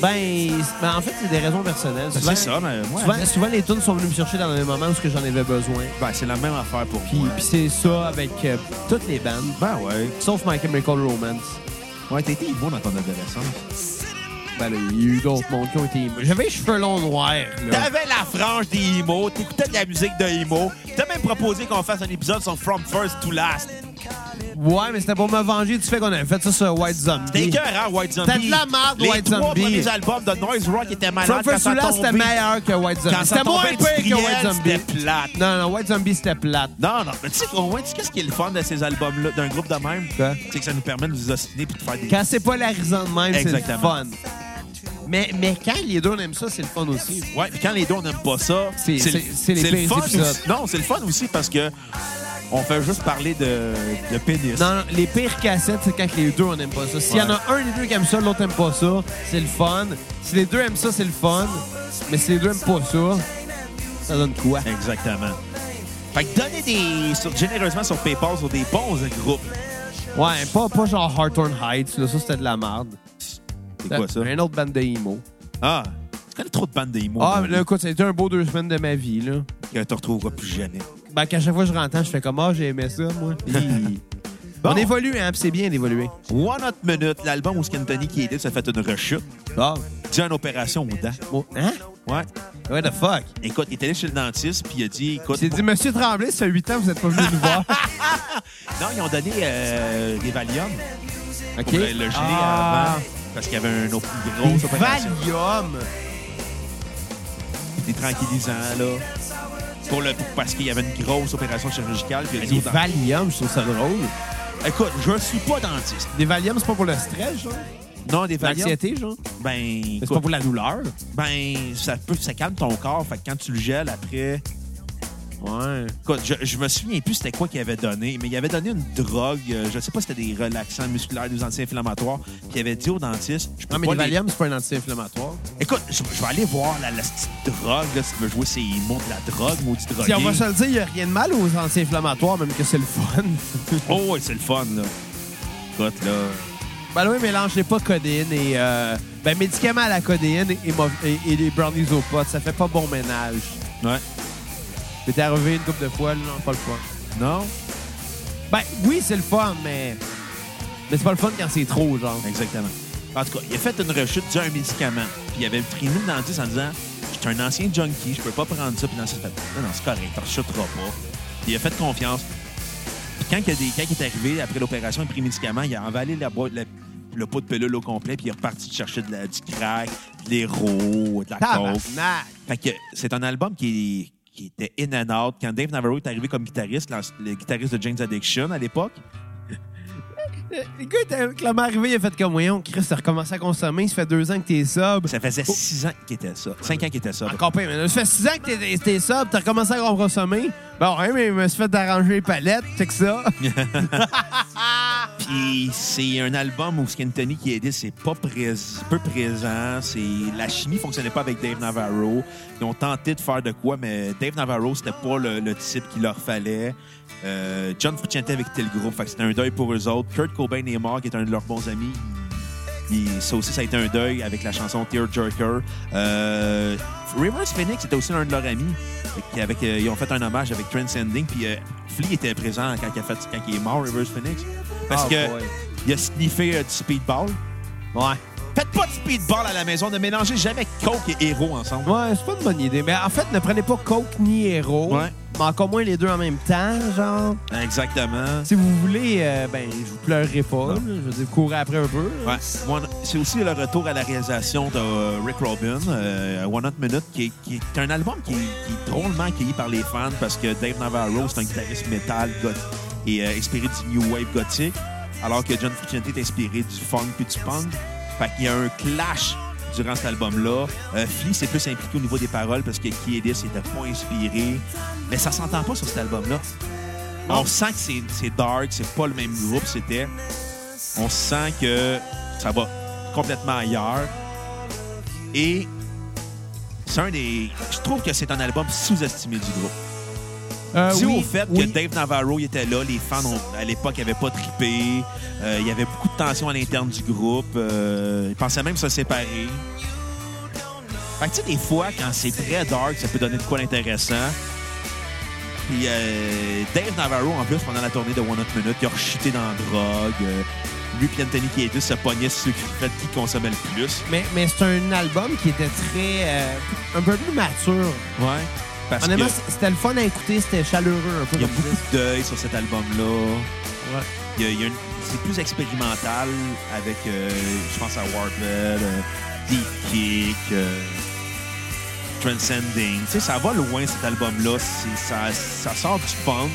Ben, c'est- ben, en fait, c'est des raisons personnelles.
Ben,
Souvent-
c'est ça, mais moi,
Souvent,
avec-
souvent, les tunes sont venues me chercher dans les moments où ce que j'en avais besoin.
ben, c'est la même affaire pour
Puis,
moi.
puis c'est ça avec euh, toutes les bandes,
Ben ouais.
sauf My Chemical Romance.
Ouais, t'as été emo dans ton adolescence.
Ben là, il y a eu d'autres mondes qui ont été... J'avais les cheveux longs noirs, là.
T'avais la frange des emo, t'écoutais de la musique de emo. T'as même proposé qu'on fasse un épisode sur From First to Last.
Ouais, mais c'était pour me venger du fait qu'on avait fait ça sur White
T'es
Zombie.
cœur, hein, White Zombie?
T'as de la merde,
Les
White
trois
Zombie.
premiers albums de Noise Rock étaient malades
From First to
quand ça
Last, c'était
tombait.
meilleur que White Zombie.
Quand ça
C'était moins
tombait
pire que
industriel,
White Zombie.
c'était plate.
Non, non, White Zombie, c'était plate.
Non, non, mais tu sais, au moins, tu sais, qu'est-ce qui est le fun de ces albums-là, d'un groupe de même?
Quoi?
C'est que ça nous permet de nous ostiner puis de faire des...
Quand c'est polarisant de même, c'est le
Exactement.
fun. Mais, mais quand les deux on aime ça, c'est le fun aussi.
Ouais, puis quand les deux, on n'aime pas ça,
C'est-
le-
c'est- c'est les
le
pires
fun
épisodes.
aussi. Non, c'est le fun aussi parce que on fait juste parler de, de pénis.
Non, non, les pires cassettes, c'est quand les deux on aime pas ça. S'il y en
Ouais.
a un des deux qui aime ça, l'autre aime pas ça, c'est le fun. Si les deux aiment ça, c'est le fun. Mais si les deux aiment pas ça, ça donne quoi?
Exactement. Fait que donnez des, sur- généreusement sur PayPal sur des bons groupes.
Ouais, pas, pas genre Hawthorne Heights, là, ça c'était de la merde.
C'est quoi ça?
Un autre band de emo.
Ah, tu connais trop de bandes d'émo.
Ah, mais là, écoute, ça a été un beau deux semaines de ma vie, là.
Que tu retrouveras plus jamais.
Ben, qu'à chaque fois que je rentre, je fais comme, ah, j'ai aimé ça, moi. Hi. On
Bon.
évolue, hein, pis c'est bien d'évoluer.
One Hot Minute, l'album où Scantoni qui était, ça fait une rechute.
Ah,
Dit une opération aux dents.
bon, hein?
Ouais.
What the fuck?
Écoute, il était allé chez le dentiste, puis il a dit, écoute...
J'ai dit, Monsieur Tremblay, ça fait 8 ans, vous êtes pas venu nous voir.
Non, ils ont donné euh, des Valium
OK.
pour le, le geler
Ah,
avant, parce qu'il y avait un autre une
des
grosse opération.
Valium.
Des tranquillisants, là. Pour le, pour- parce qu'il y avait une grosse opération chirurgicale. Puis il a dit
Des
au dent-
Valium, je trouve ça drôle.
Écoute, je suis pas dentiste.
Des Valium, c'est pas pour le stress, genre?
Non, des Valium,
L'anxiété, genre?
ben,
C'est
écoute,
pas pour la douleur?
ben, ça, peut, ça calme ton corps. Fait que quand tu le gèles après...
Ouais.
Écoute, je, je me souviens plus c'était quoi qu'il avait donné, mais il avait donné une drogue, euh, je sais pas si c'était des relaxants musculaires, des anti-inflammatoires, puis il avait dit au dentiste, je peux
Non, Ah, mais
pas
des
les-
Valium, c'est pas un anti-inflammatoire.
Écoute, je, je vais aller voir la, la petite drogue, là, si tu veux jouer ces mots de la drogue, maudit drogué.
Si on va se le dire, il y a rien de mal aux anti-inflammatoires, même que c'est le fun.
Oh, ouais, c'est le fun, là. Écoute, là...
Ben oui, mélangez pas codéine et... euh, ben, médicaments à la codéine et, mo- et- et les brownies au pot, ça fait pas bon ménage.
Ouais.
Mais t'es arrivé une couple de fois, là, non, pas le fun.
Non?
Ben oui, c'est le fun, mais... Mais c'est pas le fun quand c'est trop, genre.
Exactement. En tout cas, il a fait une rechute d'un médicament, puis il avait pris le dentiste en disant, j'étais un ancien junkie, je peux pas prendre ça, puis le dentiste a fait, non, non, c'est correct, t'en rechuteras pas. Puis il a fait confiance. Puis quand, il y a des, quand il est arrivé, après l'opération, il a pris le médicament, il a avalé la boîte, la- le pot de pelule au complet, puis il est reparti chercher de la, du crack, de l'héros, de la coke.
Tabarnak!
Fait que c'est un album qui, qui était in and out. Quand Dave Navarro est arrivé comme guitariste, l'an- le guitariste de Jane's Addiction à l'époque,
Le gars était clairement arrivé, il a fait comme, voyons, Chris, t'as recommencé à consommer, ça fait deux ans que t'es sobre.
ça faisait six ans qu'il était ça. Cinq ans qu'il était ça.
Encore pire, mais là, ça fait six ans que t'es- t'es sobre, t'as recommencé à consommer. Bon, hein, mais je me suis fait arranger les palettes, c'est que ça.
Puis c'est un album où Skintony qui est aidé, c'est pas prés- peu présent. C'est la chimie fonctionnait pas avec Dave Navarro. Ils ont tenté de faire de quoi, mais Dave Navarro c'était pas le, le type qu'il leur fallait. Euh, John Frusciante avec tel groupe, fait que c'était un deuil pour eux autres. Kurt Cobain est mort, qui est un de leurs bons amis. Et ça aussi, ça a été un deuil avec la chanson Tearjerker. Euh, Rivers Phoenix était aussi un de leurs amis. Fait que Avec, euh, ils ont fait un hommage avec Transcending. Puis euh, Flea était présent quand il, a fait, quand il est mort, Rivers Phoenix. Parce
Ah,
que
boy.
il a sniffé euh, du speedball.
Ouais.
Faites pas de speedball à la maison. Ne mélangez jamais coke et héros ensemble.
Ouais, c'est pas une bonne idée. Mais en fait, ne prenez pas Coke ni Hero.
Ouais.
Mais encore moins les deux en même temps, genre.
Exactement.
Si vous voulez, euh, ben, je vous pleurerai pas. là. Je veux dire, courez après un peu.
Ouais. One- C'est aussi le retour à la réalisation de euh, Rick Robin, euh, One Hot Minute, qui est, qui est un album qui est, qui est drôlement accueilli par les fans parce que Dave Navarro, c'est un guitariste metal goth- et euh, inspiré du New Wave gothique, alors que John Frusciante est inspiré du funk puis du punk. Fait qu'il y a un clash durant cet album-là. Euh, Flea s'est plus impliqué au niveau des paroles parce que Kiedis n'était pas inspiré. Mais ça s'entend pas sur cet album-là. On sent que c'est- c'est dark, c'est pas le même groupe, c'était on sent que ça va complètement ailleurs. Et c'est un des. Je trouve que c'est un album sous-estimé du groupe.
Euh,
Si
oui,
au fait
oui.
que Dave Navarro il était là, les fans ont- à l'époque n'avaient pas trippé. Euh, il y avait beaucoup de tensions à l'interne du groupe. Euh, ils pensaient même se séparer. Fait que tu sais, des fois, quand c'est très dark, ça peut donner de quoi d'intéressant. Puis euh, Dave Navarro, en plus, pendant la tournée de One Hot Minute, il a rechuté dans la drogue. Euh, lui et Anthony Kiedis se pognaient sur ceux qui, en fait, qui consommaient le plus.
Mais, mais c'est un album qui était très. euh, un peu plus mature.
Ouais. Parce qu'il
Honnêtement, c- c'était le fun à écouter, c'était chaleureux un peu.
y a
comme
beaucoup
disque.
de deuil sur cet album-là.
Ouais.
Il y a- il y a une- c'est plus expérimental avec, euh, je pense à Warbell, euh, Deep Kick, euh, Transcending. Tu sais, ça va loin cet album-là. C'est- Ça, ça sort du funk.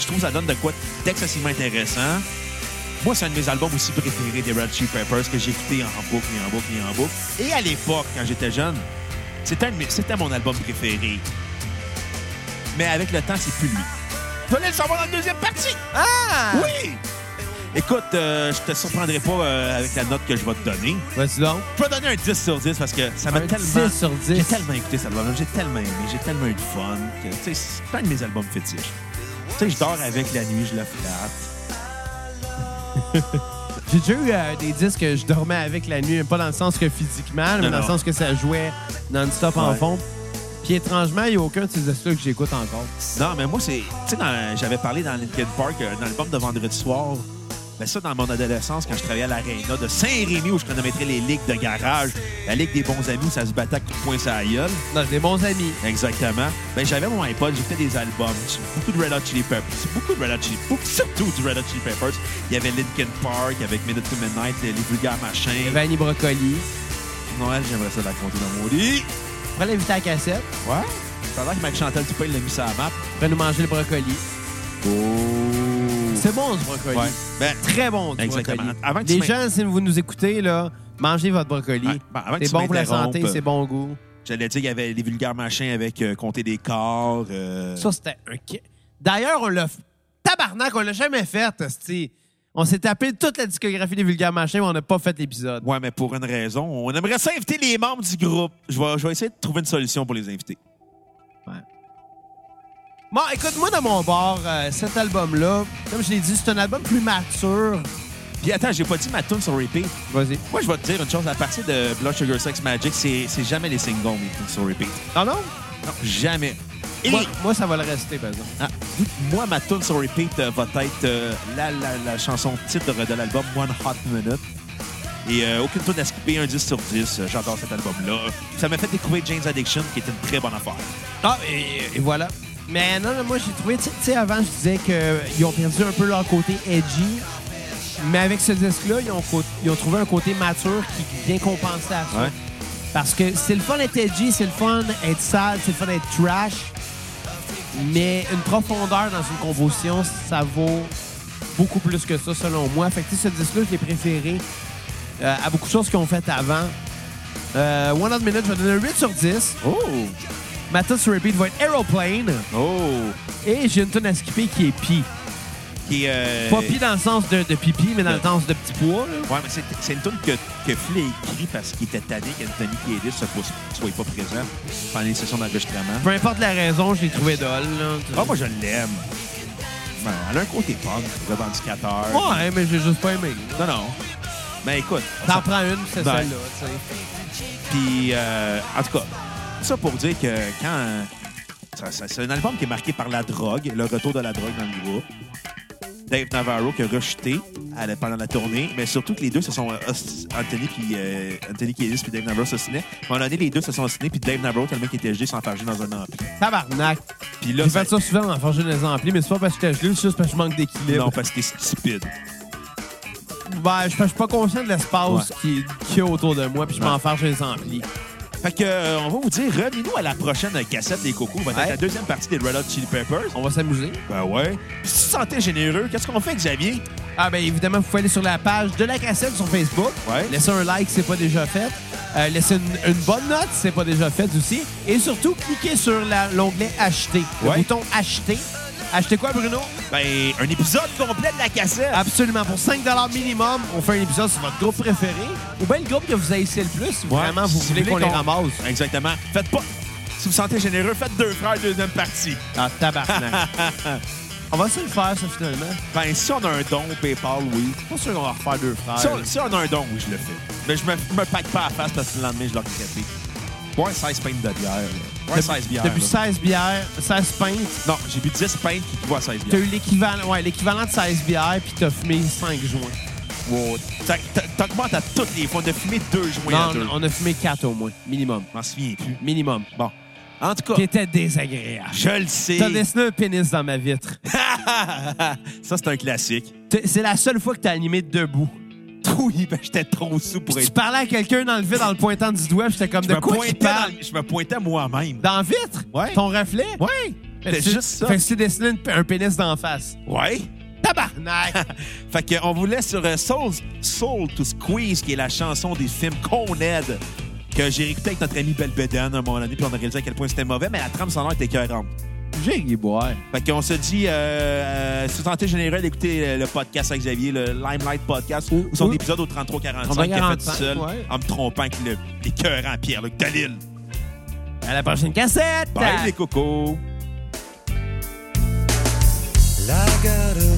Je trouve que ça donne de quoi d'excessivement intéressant. Moi, c'est un de mes albums aussi préférés des Red Chili Peppers que j'ai écouté en boucle et en boucle et en boucle. Et à l'époque, quand j'étais jeune, c'était un de mes- c'était mon album préféré. Mais avec le temps, c'est plus lui. Vous allez le savoir dans la deuxième partie!
Ah!
Oui! Écoute, euh, je te surprendrai pas euh, avec la note que je vais te donner.
Vas-y donc.
Je peux donner un 10 sur 10 parce que ça m'a
Un
tellement.
10 sur 10.
J'ai tellement écouté cet album, j'ai tellement aimé, j'ai tellement eu de fun. que, tu sais, c'est un de mes albums fétiches. Tu sais, je dors avec la nuit, je le flatte.
J'ai déjà eu euh, des disques que je dormais avec la nuit, pas dans le sens que physiquement, mais
Non,
dans le
non.
sens que ça jouait non-stop en
Ouais.
fond. Puis étrangement, il n'y a aucun de ces disques-là que j'écoute encore.
Non, mais moi, c'est. Tu sais, dans- j'avais parlé dans Linkin Park, euh, dans l'album de vendredi soir. Mais ça, dans mon adolescence, quand je travaillais à l'aréna de Saint-Rémy, où je chronométrais les ligues de garage, la ligue des bons amis, où ça se battait à coups de poing sur la gueule.
Non, j'ai des bons amis.
Exactement. Ben, j'avais mon iPod, j'ai fait des albums, beaucoup de Red Hot Chili Peppers, beaucoup de Red Hot Chili Peppers, surtout du Red Hot Chili Peppers. Il y avait Linkin Park avec Minute to Midnight, les vulgaires machins.
Vanny Brocoli.
Noël, j'aimerais ça la compter dans mon lit.
Après l'inviter à la cassette,
Ouais. Ça a l'air que Mike Chantal Toupin l'a mis sur la map.
après nous manger le brocoli.
Oh.
C'est bon, ce brocoli.
Ouais. Ben,
Très bon, du
Exactement.
brocoli.
Avant que tu
les
m'in-
gens, si vous nous écoutez, là, mangez votre brocoli.
Ouais, ben, avant que
c'est
tu
bon pour la santé,
m'interrompes,
c'est bon au goût.
j'allais dire qu'il y avait les vulgaires machins avec euh, compter des corps. euh,
Ça, c'était un... ki- D'ailleurs, on l'a... f- Tabarnak, on l'a jamais fait, hostie. On s'est tapé toute la discographie des vulgaires machins, mais on n'a pas fait l'épisode.
Ouais, mais pour une raison. On aimerait ça inviter les membres du groupe. Je vais, je vais essayer de trouver une solution pour les inviter.
Ouais. Bon, écoute, moi, dans mon bar, euh, cet album-là, comme je l'ai dit, c'est un album plus mature.
Puis attends, j'ai pas dit ma tune sur repeat.
Vas-y.
Moi, je vais te dire une chose. À partir de Blood Sugar Sex Magic, c'est c'est jamais les singles mes tunes sur repeat.
Non, non?
Non, jamais. Et-
Moi, moi, ça va le rester, par exemple.
Ah, moi, ma tune sur repeat euh, va être euh, la, la- la chanson titre de l'album One Hot Minute. Et euh, aucune tune à skipper, un 10 sur 10. Euh, J'adore cet album-là. Ça m'a fait découvrir Jane's Addiction, qui est une très bonne affaire.
Ah, et, et voilà. Mais non, non, moi, j'ai trouvé, tu sais- tu sais, avant, je disais qu'ils ont perdu un peu leur côté edgy. Mais avec ce disque-là, ils ont, co- ils ont trouvé un côté mature qui vient compenser à ça.
Ouais.
Parce que c'est le fun d'être edgy, c'est le fun d'être sale, c'est le fun d'être trash. Mais une profondeur dans une composition, ça vaut beaucoup plus que ça, selon moi. Fait que tu sais, ce disque-là, je l'ai préféré euh, à beaucoup de choses qu'ils ont faites avant. Euh, One Hot Minute, je vais donner un 8 sur 10.
Oh!
Ma tune sur repeat va être Aeroplane.
Oh!
Et j'ai une tune à skipper qui est Pi.
Qui, euh,
Pas Pi dans le sens de, de pipi, mais dans
le-
le sens de petit poids. là.
Ouais, mais c'est- c'est une tune que, que Phil a écrit parce qu'il était tanné qu'Anthony Kiedis ne soit pas présent pendant les sessions d'enregistrement.
Peu importe la raison, je l'ai trouvé dole. là.
Ah, moi, je l'aime. Ben, elle a un côté punk, revendicateur.
Ouais, mais j'ai juste pas aimé. là.
Non, non. Mais écoute,
T'en prends une, puis c'est
Ben.
celle-là. tu sais.
puis, euh, en tout cas, ça pour dire que quand... ça- ça- C'est un album qui est marqué par la drogue, le retour de la drogue dans le groupe. Dave Navarro qui a rejeté à la- pendant la tournée, mais surtout que les deux se sont... euh, os- Anthony puis euh, Anthony Kiedis puis Dave Navarro se signaient. À un moment donné, les deux se sont signés, puis Dave Navarro tellement qu'il était gelé s'en fargé dans un ampli.
Tabarnak.
Puis là,
J'ai
ça-
fait ça souvent en forgeant des amplis, mais c'est pas parce que j'étais gelé, c'est juste parce que je manque d'équilibre.
Non, parce que t'es stupide.
Ben, je, je suis pas conscient de l'espace
Ouais.
qui qu'il y a autour de moi, puis je
Ouais.
m'en farge les amplis.
Fait que, euh, on va vous dire, revenez-nous à la prochaine cassette des cocos. On va être
Ouais.
la deuxième partie des Red Hot Chili Peppers.
On va s'amuser.
Ben ouais. Si tu te sentais généreux, qu'est-ce qu'on fait, Xavier?
Ah ben évidemment, vous pouvez aller sur la page de la cassette sur Facebook.
Ouais.
Laissez un like si c'est pas déjà fait. Euh, laissez une, une bonne note si c'est pas déjà fait aussi. Et surtout, cliquez sur la- l'onglet Acheter.
Ouais.
Le bouton Acheter. Acheter quoi, Bruno?
Ben, un épisode complet de la cassette.
Absolument. Pour 5 minimum, on fait un épisode sur votre groupe préféré ou bien le groupe que vous haïssez le plus si
Ouais.
vraiment vous
Si
voulez
vous
qu'on les
qu'on-
ramasse.
Exactement. Faites pas... Si vous sentez généreux, faites deux frères, deuxième partie.
Ah, tabarnak. on va se le faire, ça, finalement.
Ben, si on a un don au PayPal, oui.
Pas sûr qu'on va refaire deux frères.
Si on, si on a un don, oui, je le fais. Mais je me, je me pack pas à face parce que le lendemain, je l'ai regretté. Bois 16 pintes de bière. là. Bois
T'as-
16 bières.
T'as bu
là.
16 bières, 16 pintes.
Non, j'ai bu 10 pintes puis tu bois 16
T'as
bières.
eu l'équivalent, ouais, l'équivalent de 16 bières, puis t'as fumé 5 joints.
Wow. T'ac- t'ac- T'augmentes à toutes les fois. On a fumé deux joints à deux.
non, on a fumé 4 au moins, minimum.
Je m'en souviens plus.
Minimum.
Bon. En tout
Qui
cas,
était désagréable.
je le sais.
T'as dessiné un pénis dans ma vitre.
Ça, c'est un classique.
T'es- C'est la seule fois que t'as animé debout.
Oui, ben, j'étais trop sous pour
Puis tu
être...
parlais à quelqu'un dans le vide en le pointant du doigt, puis j'étais comme
Je
de
me,
quoi tu
pointais
parles?
dans- je me pointais moi-même.
Dans la vitre?
Ouais.
Ton reflet?
Oui,
Fait
c'était
que tu-
juste ça.
Fait que tu dessiné une- un pénis d'en face.
Ouais.
Tabarnak!
fait que on vous laisse sur euh, Soul, Soul to Squeeze, qui est la chanson des films Con Ed, que j'ai réécouté avec notre ami Belbeden à un moment donné, puis on a réalisé à quel point c'était mauvais, mais la trame sonore était écœurante.
J'ai boire.
Fait qu'on se dit, euh, euh, si vous sentez généreux d'écouter euh, le podcast avec Xavier, le Limelight Podcast, ou son
oui.
épisode au 3345
35,
qu'il a fait tout seul,
ouais.
en me trompant avec le- l'écœurant Pierre-Luc Delisle.
À la prochaine cassette!
Bye les cocos!
Well, I got a